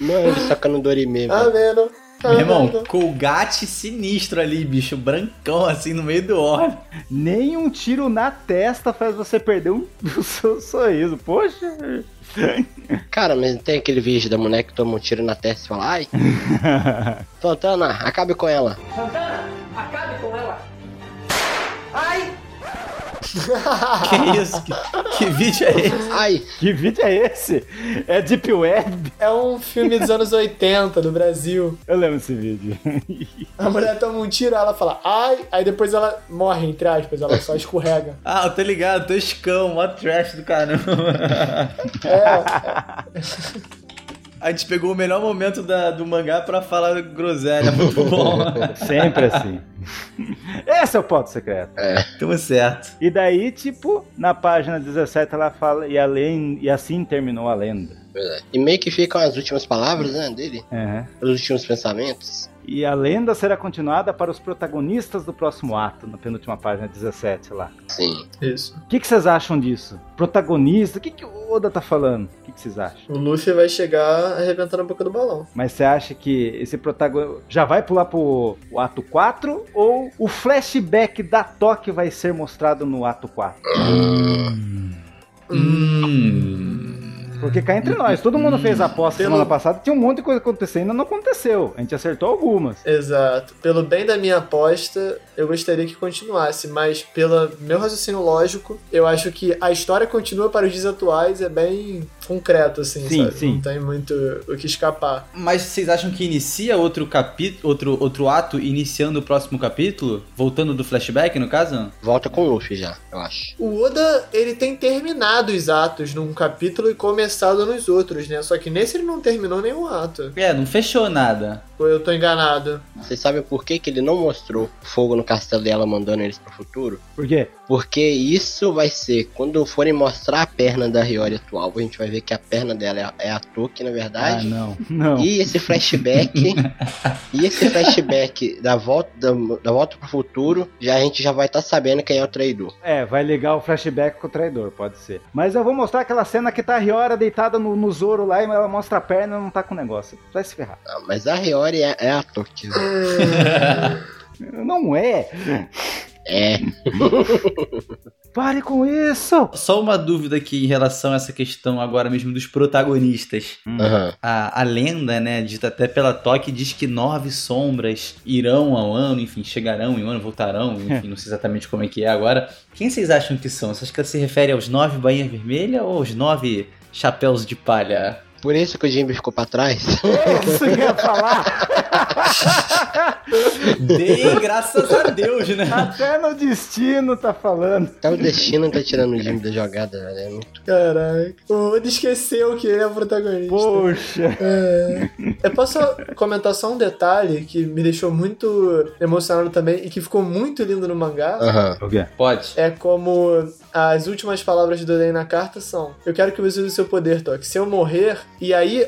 Mano, ele tocando Dorime,
Ah. Tá
velho.
Ameno.
é. Meu irmão, Colgate sinistro ali, bicho. Brancão, assim, no meio do óleo.
Nem um tiro na testa faz você perder um- o seu sorriso. Poxa.
Cara, mas não tem aquele vídeo da mulher que toma um tiro na testa e fala, ai, Santana, acabe com ela.
Que isso? Que, que vídeo é esse?
Ai,
Que vídeo é esse? É Deep Web?
É um filme dos anos 80 do Brasil.
Eu lembro desse vídeo.
A mulher toma um tiro, ela fala ai, aí depois ela morre, entre aspas, ela só escorrega.
Ah, eu tô ligado, Toscão, mó trash do caramba.
É,
A gente pegou o melhor momento da- do mangá pra falar groselha, muito bom.
Sempre assim. Esse é o ponto secreto.
Tamo certo.
E daí, tipo, na página 17 ela fala, e, além, e assim terminou a lenda.
pois é. E meio que ficam as últimas palavras, né, dele?
Uhum.
Os últimos pensamentos.
E a lenda será continuada para os protagonistas do próximo ato, na penúltima página 17 lá.
Sim.
isso.
O que, que vocês acham disso? Protagonista, o que, que o Oda tá falando? O que, que vocês acham?
O Luffy vai chegar arrebentando a boca do balão.
Mas você acha que esse protagonista já vai pular pro o ato 4 ou o flashback da Toque vai ser mostrado no ato 4?
Hum.
Porque cá entre nós, todo mundo fez aposta
Pelo-
semana passada, tinha um monte de coisa acontecendo e não aconteceu. A gente acertou algumas.
Exato. Pelo bem da minha aposta, eu gostaria que continuasse, mas pelo meu raciocínio lógico, eu acho que a história continua para os dias atuais, é bem concreto, assim,
Sim,
sabe?
sim.
Não tem muito o que escapar.
Mas vocês acham que inicia outro capítulo, outro, outro ato iniciando o próximo capítulo? Voltando do flashback, no caso?
Volta com o Luffy já, eu acho.
O Oda, ele tem terminado os atos num capítulo e começado nos outros, né? Só que nesse ele não terminou nenhum ato.
É, não fechou nada.
Ou eu tô enganado?
Vocês sabem por que, que ele não mostrou fogo no castelo dela mandando eles pro futuro?
Por quê?
Porque isso vai ser, quando forem mostrar a perna da Hiyori atual, a gente vai ver que a perna dela é é a Toki, na
Ah,
verdade.
não. Não.
E esse flashback. e esse flashback da volta, da, da volta pro futuro, já a gente já vai estar sabendo quem é o traidor.
É, vai ligar o flashback com o traidor, pode ser. Mas eu vou mostrar aquela cena que tá a Riora deitada no, no Zoro lá e ela mostra a perna e não tá com negócio. Vai se ferrar.
Ah, mas a Hiyori é, é a Toki. né?
Não é!
É.
Pare com isso!
Só uma dúvida aqui em relação a essa questão agora mesmo dos protagonistas.
Aham.
A, a lenda, né, dita até pela Toque, diz que nove sombras irão ao ano, enfim, chegarão em um ano, voltarão, enfim, não sei exatamente como é que é agora. Quem vocês acham que são? Vocês acham que ela se refere aos nove bainhas vermelhas ou aos nove chapéus de palha?
Por isso que o Jimmy ficou pra trás.
É isso que eu ia falar!
Dei, graças a Deus, né?
Até no destino tá falando.
Até o destino tá tirando o Jimmy da jogada, velho. É muito-
Caraca. O Oda esqueceu que ele é o protagonista.
Poxa!
Eu posso comentar só um detalhe que me deixou muito emocionado também e que ficou muito lindo no mangá.
Aham.
O quê?
Pode.
É como as últimas palavras do Oden na carta são: Eu quero que você use o seu poder, Toque. Se eu morrer, e aí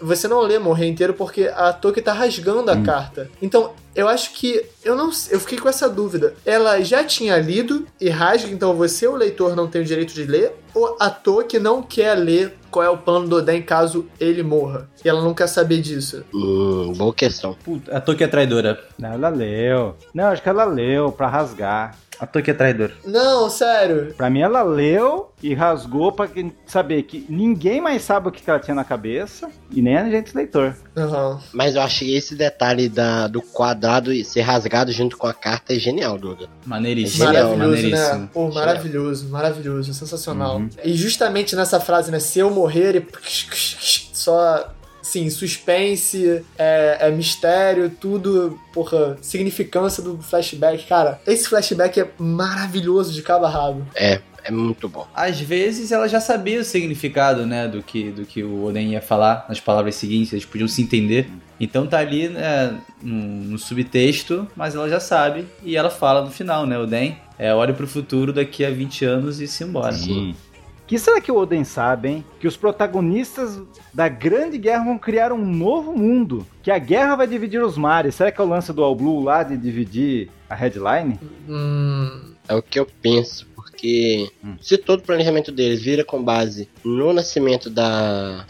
você não lê morrer inteiro porque a Toque tá rasgando a carta. Então, eu acho que. Eu não eu fiquei com essa dúvida. Ela já tinha lido e rasga, então você, o leitor, não tem o direito de ler? Ou a Toque não quer ler qual é o plano do Oden caso ele morra? E ela não quer saber disso?
Hum, boa questão.
Puta, a Toque é traidora.
Não, ela leu. Não, acho que ela leu pra rasgar.
A Toque é traidora.
Não, sério.
Pra mim, ela leu e rasgou pra que- saber que ninguém mais sabe o que que ela tinha na cabeça e nem a gente leitor.
Aham.
Mas eu achei esse detalhe da, do quadrado e ser rasgado junto com a carta é genial, Duda.
Maneiríssimo. é um
Genial,
Maravilhoso,
maneiríssimo.
né? Pô, maravilhoso, maravilhoso, sensacional. E justamente nessa frase, né? Se eu morrer, e só, assim, suspense, é, é mistério, tudo, porra, significância do flashback. Cara, esse flashback é maravilhoso de cabo a rabo.
É muito bom.
Às vezes ela já sabia o significado, né, do que, do que o Oden ia falar nas palavras seguintes, eles podiam se entender. Então tá ali né, no, no subtexto, mas ela já sabe e ela fala no final, né, Oden, é olhe pro futuro daqui a 20 anos e se embora.
Sim.
que será que o Oden sabe, hein? Que os protagonistas da Grande Guerra vão criar um novo mundo. Que a guerra vai dividir os mares. Será que é o lance do All Blue lá de dividir a headline?
Hum,
É o que eu penso, porque
Hum.
se todo o planejamento deles vira com base no nascimento da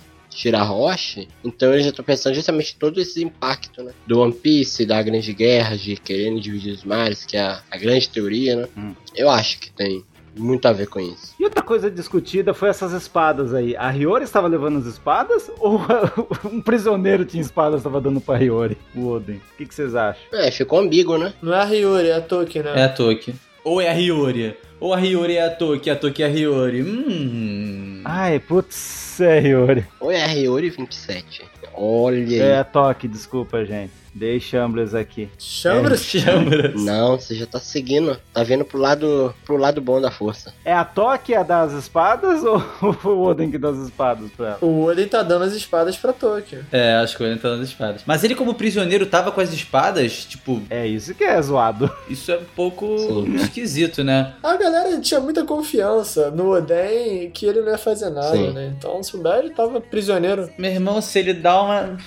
Shirahoshi, então eles já estão pensando justamente em todo esse impacto, né? Do One Piece, da Grande Guerra, de querendo dividir os mares, que é a, a grande teoria, né?
Hum.
Eu acho que tem muito a ver com isso.
E outra coisa discutida foi essas espadas aí. A Hiyori estava levando as espadas? Ou um prisioneiro tinha espadas e estava dando pra Hiyori? O Oden. O que, que vocês acham?
É, ficou ambíguo, né?
não é a Hiyori, é a Toki,
É
né?
a Toque. Ou é a Hiyori? Ou a Hiyori é a Toki, a Toki é a Hiyori? Hum.
Ai, putz, é Hiyori.
Ou é a Hiyori 27? Olha aí.
É toque, desculpa, gente. Dei Chambres aqui.
Chambra?
Chambras.
Não, você já tá seguindo. Tá vendo pro lado, pro lado bom da força.
É a Toque a das espadas ou o Oden que dá as espadas pra ela?
O Oden tá dando as espadas pra Tokyo.
É, acho que ele tá nas espadas. Mas ele, como prisioneiro, tava com as espadas, tipo,
É isso que é zoado.
isso é um pouco
Sim.
esquisito, né?
A galera tinha muita confiança no Oden que ele não ia fazer nada,
Sim.
né? Então, se bobear, ele tava prisioneiro.
Meu irmão, se ele dá uma.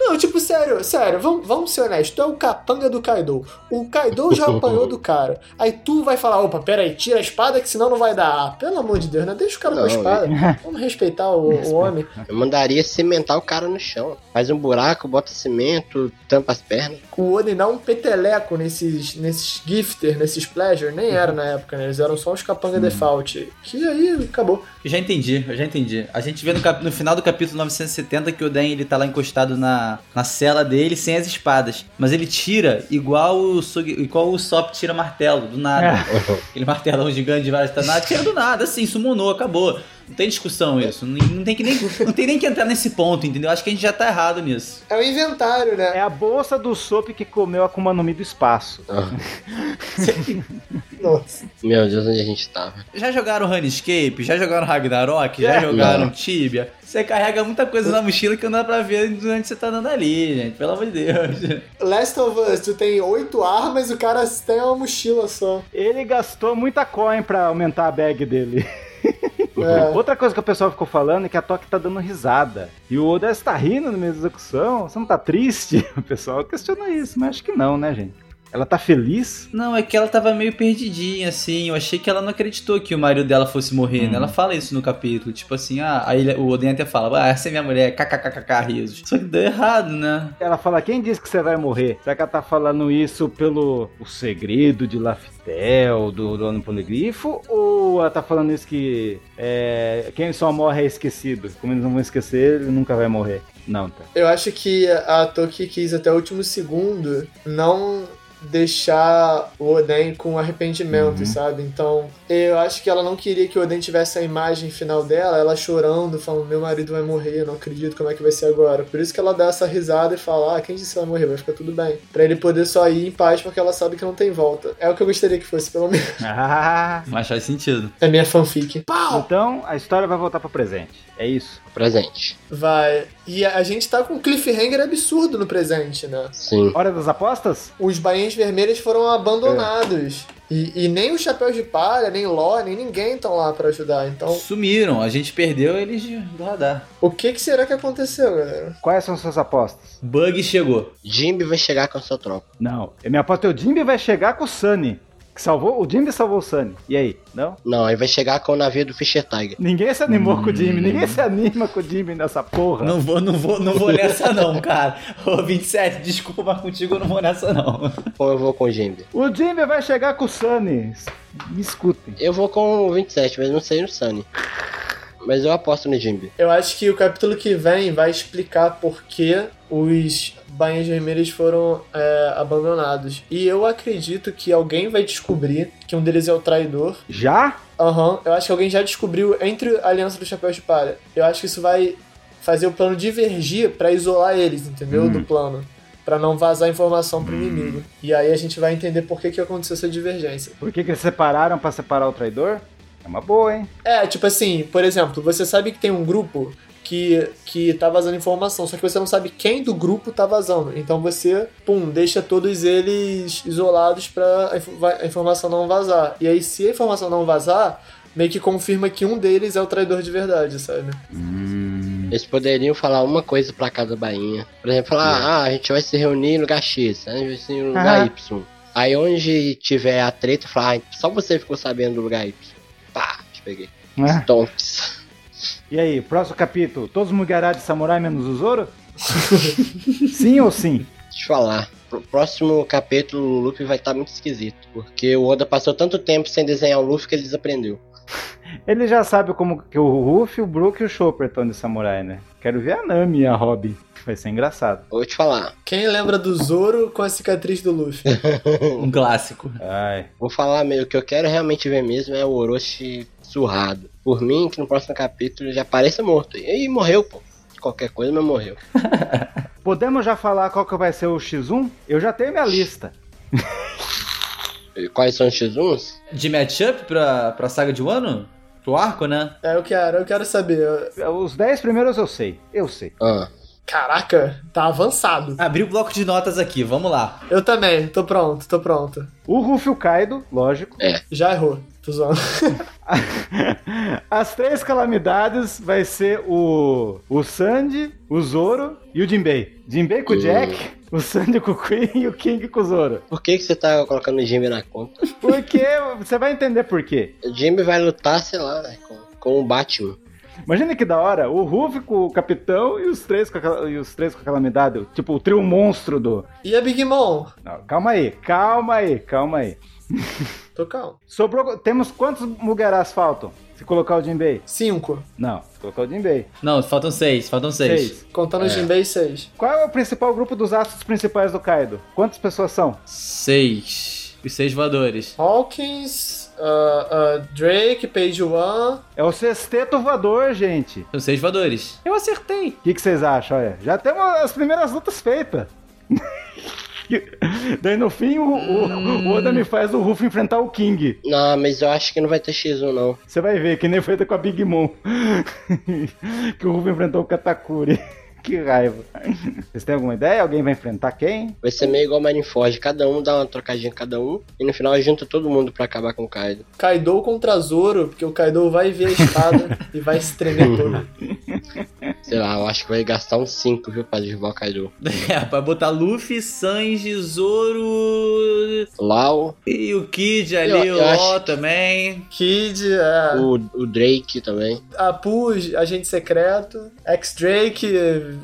Não, tipo, sério, sério, vamos, vamos ser honestos. Tu é o capanga do Kaido. O Kaido já apanhou do cara. Aí tu vai falar, opa, peraí, tira a espada que senão não vai dar. Ah, pelo amor de Deus, né? Deixa o cara com a
Não,
espada. Vamos respeitar o, o homem.
Eu mandaria cimentar o cara no chão. Faz um buraco, bota cimento, tampa as pernas.
O Oden dá um peteleco nesses, nesses gifter, nesses pleasure. Nem era na época, né? Eles eram só uns capanga
Uhum.
default. Que aí acabou.
Eu já entendi, eu já entendi. A gente vê no, cap- no final do capítulo 970 que o Den ele tá lá encostado na, na cela dele sem as espadas. Mas ele tira igual o, Sugi- igual o Sop tira martelo, do nada. Aquele martelão gigante de várias tanadas, tira do nada, assim, sumonou, acabou. Não tem discussão isso. Não, não tem que nem, não tem nem que entrar nesse ponto, entendeu? Acho que a gente já tá errado nisso.
É o inventário, né?
É a bolsa do Sop que comeu a Akuma no Mi do espaço.
Nossa.
Meu Deus, onde a gente tava?
Já jogaram Runescape? Já jogaram Ragnarok? Já
É.
jogaram
Não.
Tibia? Você carrega muita coisa na mochila que não dá pra ver durante você tá andando ali, gente. Pelo amor de Deus.
Last of Us, tu tem oito armas, o cara tem uma mochila só.
Ele gastou muita coin pra aumentar a bag dele.
É.
Outra coisa que o pessoal ficou falando é que a Toque tá dando risada. E o Oda está rindo no meio da execução. Você não tá triste? O pessoal questiona isso, mas acho que não, né, gente? Ela tá feliz?
Não, é que ela tava meio perdidinha, assim. Eu achei que ela não acreditou que o marido dela fosse morrer, né? Ela fala isso no capítulo. Tipo assim, ah, aí ele- o Oden até fala, ah, essa é minha mulher, kkkk, risos. Só que deu errado, né?
Ela fala, quem disse que você vai morrer? Será que ela tá falando isso pelo o segredo de Laftel, do dono Poneglyfo? Ou ela tá falando isso que é, quem só morre é esquecido? Como eles não vão esquecer, ele nunca vai morrer. Não, tá.
Eu acho que a Toki quis até o último segundo não deixar o Oden com arrependimento,
Uhum.
sabe? Então, eu acho que ela não queria que o Oden tivesse a imagem final dela, ela chorando, falando, meu marido vai morrer, eu não acredito como é que vai ser agora. Por isso que ela dá essa risada e fala, ah, quem disse que vai morrer? Vai ficar tudo bem. Pra ele poder só ir em paz, porque ela sabe que não tem volta. É o que eu gostaria que fosse, pelo menos.
Ah,
Mas faz sentido.
É minha fanfic. Pau!
então a história vai voltar pro presente. É isso.
Presente.
Vai. E a a gente tá com um cliffhanger absurdo no presente, né?
Sim.
Hora das apostas?
os bainhas vermelhas foram abandonados. E, e nem os chapéus de palha, nem Ló, nem ninguém estão lá pra ajudar. Então,
Sumiram, a gente perdeu eles de- do radar.
o que, que será que aconteceu, galera?
Quais são suas apostas?
Bug chegou.
Jimmy vai chegar com a sua tropa.
Não. Minha aposta é o Jimmy vai chegar com o Sunny. Que salvou, o Jimmy salvou o Sunny. E aí? Não?
Não, ele vai chegar com o navio do Fischer Tiger.
Ninguém se animou com o Jimmy. Ninguém se anima com o Jimmy nessa porra.
Não vou, não vou, não vou nessa não, cara. Ô, 27, desculpa, mas contigo eu não vou nessa não.
Ou Então eu vou com o Jimmy?
O Jimmy vai chegar com o Sunny. Me escutem.
Eu vou com o 27, mas não sei o Sunny. Mas eu aposto no Jimmy.
Eu acho que o capítulo que vem vai explicar por que os bainhas vermelhas foram é, abandonados. E eu acredito que alguém vai descobrir que um deles é o traidor.
Já?
Aham, eu acho que alguém já descobriu entre a Aliança dos Chapéus de Palha. Eu acho que isso vai fazer o plano divergir pra isolar eles, entendeu? Do plano. Pra não vazar informação pro inimigo. E aí a gente vai entender por que, que aconteceu essa divergência.
Por que, que eles separaram pra separar o traidor? É uma boa, hein?
É, tipo assim, por exemplo, você sabe que tem um grupo que, que tá vazando informação, só que você não sabe quem do grupo tá vazando. Então você, pum, deixa todos eles isolados pra a info- va- a informação não vazar. E aí, se a informação não vazar, meio que confirma que um deles é o traidor de verdade, sabe?
Eles poderiam falar uma coisa pra cada bainha. Por exemplo, falar, ah, a gente vai se reunir no lugar X, a gente vai se reunir no lugar
Aham.
Y. Aí onde tiver a treta, falar, ah, só você ficou sabendo do lugar Y. Pá, te peguei. É.
Ah.
Stonks.
E aí, próximo capítulo. Todos Mugará de Samurai menos o Zoro? sim ou sim?
Deixa eu falar. Pro próximo capítulo, tá o Luffy vai estar muito esquisito. Porque o Oda passou tanto tempo sem desenhar o Luffy que ele desaprendeu.
Ele já sabe como que o Ruff, o Brook e o Chopper estão de samurai, né? Quero ver a Nami e a Robin. Vai ser engraçado.
Vou te falar.
Quem lembra do Zoro com a cicatriz do Luffy?
Um clássico.
Ai.
Vou falar meio que eu quero realmente ver mesmo é o Orochi surrado. Por mim, que no próximo capítulo ele já apareça morto. E aí morreu, pô. Qualquer coisa, mas morreu.
Podemos já falar qual que vai ser o X1? Eu já tenho minha lista.
E Quais são os X1s?
De matchup pra, pra saga de Wano? Pro arco, né?
É, eu quero, eu quero saber. Eu-
Os 10 primeiros eu sei. Eu sei.
Ah,
Caraca, tá avançado.
Abri o bloco de notas aqui, vamos lá.
Eu também, tô pronto, tô pronto.
O Ruff e o Kaido, lógico.
Já errou, tô zoando.
As três calamidades vai ser o, o Sandy, o Zoro e o Jinbei. Jinbei com o
Hum.
Jack, o Sandy com o Queen e o King com o Zoro.
por que, que você tá colocando o Jimmy na conta?
Porque você vai entender por quê.
O Jimmy vai lutar, sei lá, né, com, com o Batman.
Imagina que da hora, o Ruff com o capitão e os três com a, cal- e os três com a calamidade. Tipo, o trio monstro do.
E a Big Mom?
Não, calma aí, calma aí, calma aí.
Tô calmo.
Sobrou. Temos quantos Mugerás faltam? Se colocar o Jinbei?
Cinco.
Não, se colocar o Jinbei.
Não, faltam seis, faltam seis.
Seis.
Contando o Jinbei, seis.
Qual é o principal grupo dos astros principais do Kaido? Quantas pessoas são?
Seis. Os seis voadores.
Hawkins, ah, ah, Drake, Page One.
É o sexteto voador, gente.
São seis voadores. Eu acertei.
O que, que vocês acham? Olha, já temos as primeiras lutas feitas. Daí no fim o, o- o Oda me faz o Ruff enfrentar o King.
Não, mas eu acho que não vai ter X1, não.
Você vai ver, que nem foi com a Big Mom. que o Ruff enfrentou o Katakuri. que raiva. Vocês têm alguma ideia? Alguém vai enfrentar quem?
Vai ser meio igual Marineford. Cada um dá uma trocadinha em cada um. E no final junta todo mundo pra acabar com o Kaido.
Kaido contra Zoro, porque o Kaido vai ver a espada e vai se tremer todo.
Sei lá, eu acho que vai gastar uns 5, viu, pra derrubar o Kaido.
É, pra botar Luffy, Sanji, Zoro
Lau,
e o Kid ali,
Eu- eu
o Law
acho-
também.
Kid, é,
o, o Drake também.
Apu, agente secreto. X-Drake,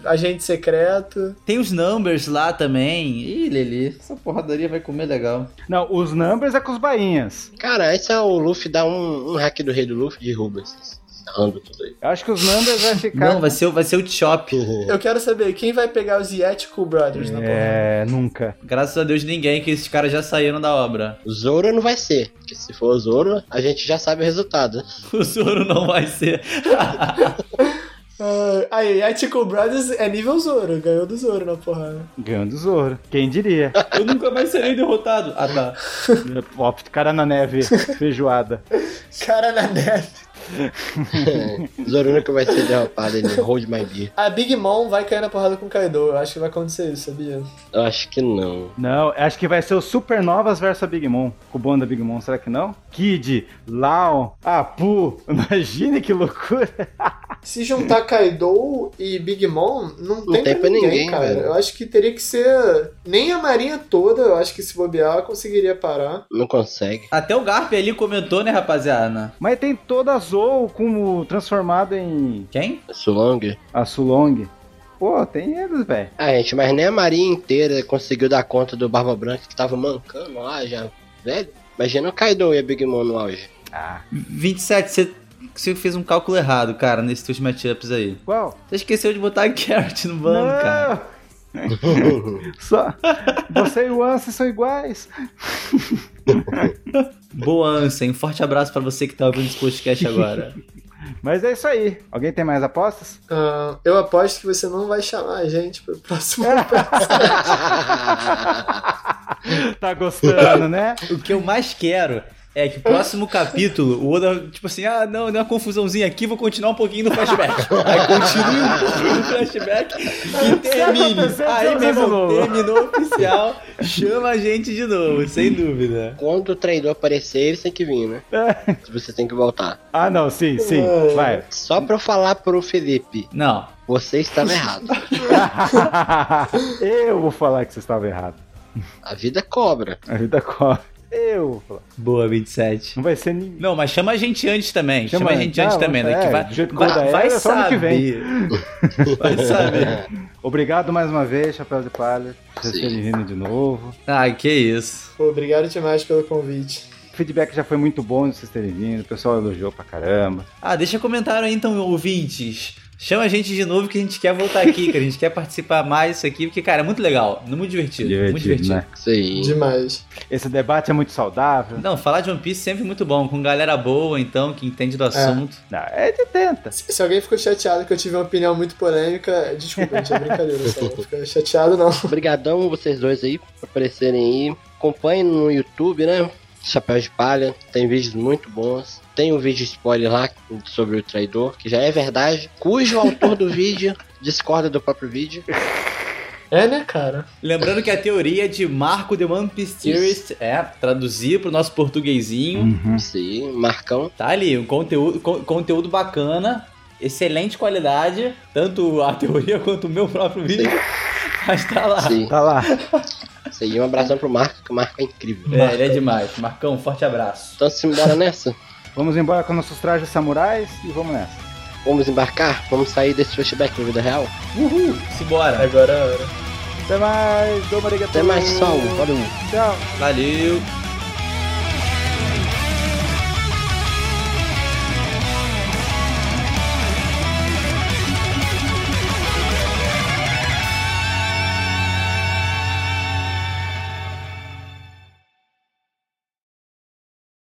agente secreto.
Tem os numbers lá também. Ih, Lili, essa porradaria vai comer legal.
Não, os Numbers é com os bainhas.
Cara, esse é o Luffy dar um, um hack do rei do Luffy e derruba esses. Ando tudo aí.
Eu acho que os Numbers vai ficar.
Não, vai ser, o- vai ser o Chop.
Eu quero saber quem vai pegar os Yetico Brothers na porra.
É, nunca.
Graças a Deus ninguém, que esses caras já saíram da obra.
O Zoro não vai ser. Porque se for o Zoro, a gente já sabe o resultado.
O Zoro não vai ser.
Ah, aí, Yetico Brothers é nível Zoro, ganhou do Zoro na porrada.
Ganhou do Zoro. Quem diria?
Eu nunca mais serei derrotado. Ah, tá.
Ó, cara na neve, feijoada.
Cara na neve.
O Zoro nunca vai ser derrotado. Ele hold my beer.
A Big Mom vai cair na porrada com o Kaido, eu acho que vai acontecer isso, sabia?
Eu acho que não.
Não, acho que vai ser o Supernovas versus a Big Mom. Com o bom da Big Mom, será que não? Kid, Lao, Apu, imagine que loucura.
Se juntar Kaido e Big Mom, não, tem, pra ninguém, cara.
velho.
Eu acho que teria que ser. Nem a marinha toda, eu acho que se bobear, ela conseguiria parar.
Não consegue.
Até o Garp ali comentou, né, rapaziada?
Mas tem toda a Zou como transformado em
Quem?
Sulong.
a Sulong. Pô, tem eles, velho.
Ah, gente, mas nem a Marinha inteira conseguiu dar conta do Barba Branca que tava mancando lá já, velho. Imagina o Kaido e a Big Mom no auge.
Ah,
27, você, você fez um cálculo errado, cara, nesses teus matchups aí.
qual?
Você esqueceu de botar a Carrot no bando, cara.
Só. Você e o Ansem são iguais.
Boa, Ansem. Um forte abraço pra você que tá ouvindo esse podcast agora.
Mas é isso aí. Alguém tem mais apostas?
Ah, eu aposto que você não vai chamar a gente pro próximo.
Tá gostando, né?
o que eu mais quero é que o próximo capítulo, o Oda, tipo assim, ah, não, deu uma confusãozinha aqui, vou continuar um pouquinho no flashback. Aí continue um pouquinho no flashback e termine.
aconteceu,
Aí,
aconteceu
meu
de
irmão,
novo.
terminou o oficial, chama a gente de novo, sem dúvida.
Quando o traidor aparecer, eles têm que vir, né? Você tem que voltar.
Ah, não, sim, sim. Vai.
Só pra eu falar pro Felipe,
Não,
você estava errado.
Eu vou falar que você estava errado.
A vida cobra.
A vida corre. Eu vou falar.
boa, 27.
Não vai ser ninguém.
Não, mas chama a gente antes também. Chama,
Chama
a gente
antes.
antes
Ah,
também, né?
é,
que vai,
do jeito que
vai,
o Oda era,
vai
é só ano que vem.
saber. vai saber.
Obrigado mais uma vez, Chapéu de Palha. Você
Sim.
vindo de novo.
Ah, que isso.
Pô, obrigado demais pelo convite.
feedback já foi muito bom de vocês terem vindo, o pessoal elogiou pra caramba.
Ah, deixa comentário aí então, ouvintes. Chama a gente de novo que a gente quer voltar aqui, que a gente quer participar mais disso aqui, porque, cara, é muito legal, muito divertido, muito divertido.
né?
Isso aí.
Demais.
Esse debate é muito saudável.
Não, falar de One Piece é sempre muito bom, com galera boa, então, que entende do assunto.
Não, é de tenta.
Se, se alguém ficou chateado que eu tive uma opinião muito polêmica, desculpa, gente, é brincadeira, só não fica chateado não.
Obrigadão vocês dois aí por aparecerem aí. Acompanhe no YouTube, né? Chapéu de Palha, tem vídeos muito bons. Tem um vídeo spoiler lá sobre o traidor, que já é verdade, cujo autor do vídeo discorda do próprio vídeo.
É, né, cara?
Lembrando que a teoria é de Marco de One Piece Theorist é traduzir pro nosso portuguesinho.
Hum. Uhum.
Isso aí, Marcão.
Tá ali, um conteúdo, con- conteúdo bacana, excelente qualidade, tanto a teoria quanto o meu próprio vídeo. Mas tá lá.
Isso aí,
Tá lá.
isso aí. Um abração pro Marco, que o Marco é incrível.
É, ele é demais. Marcão, um forte abraço.
Então, simbora nessa.
Vamos embora com nossos trajes samurais e vamos nessa.
Vamos embarcar? Vamos sair desse flashback na vida real?
Uhul, simbora.
Agora é a hora.
Até mais, Domarigatou.
Até mais, Saul. Valeu.
Tchau.
Valeu.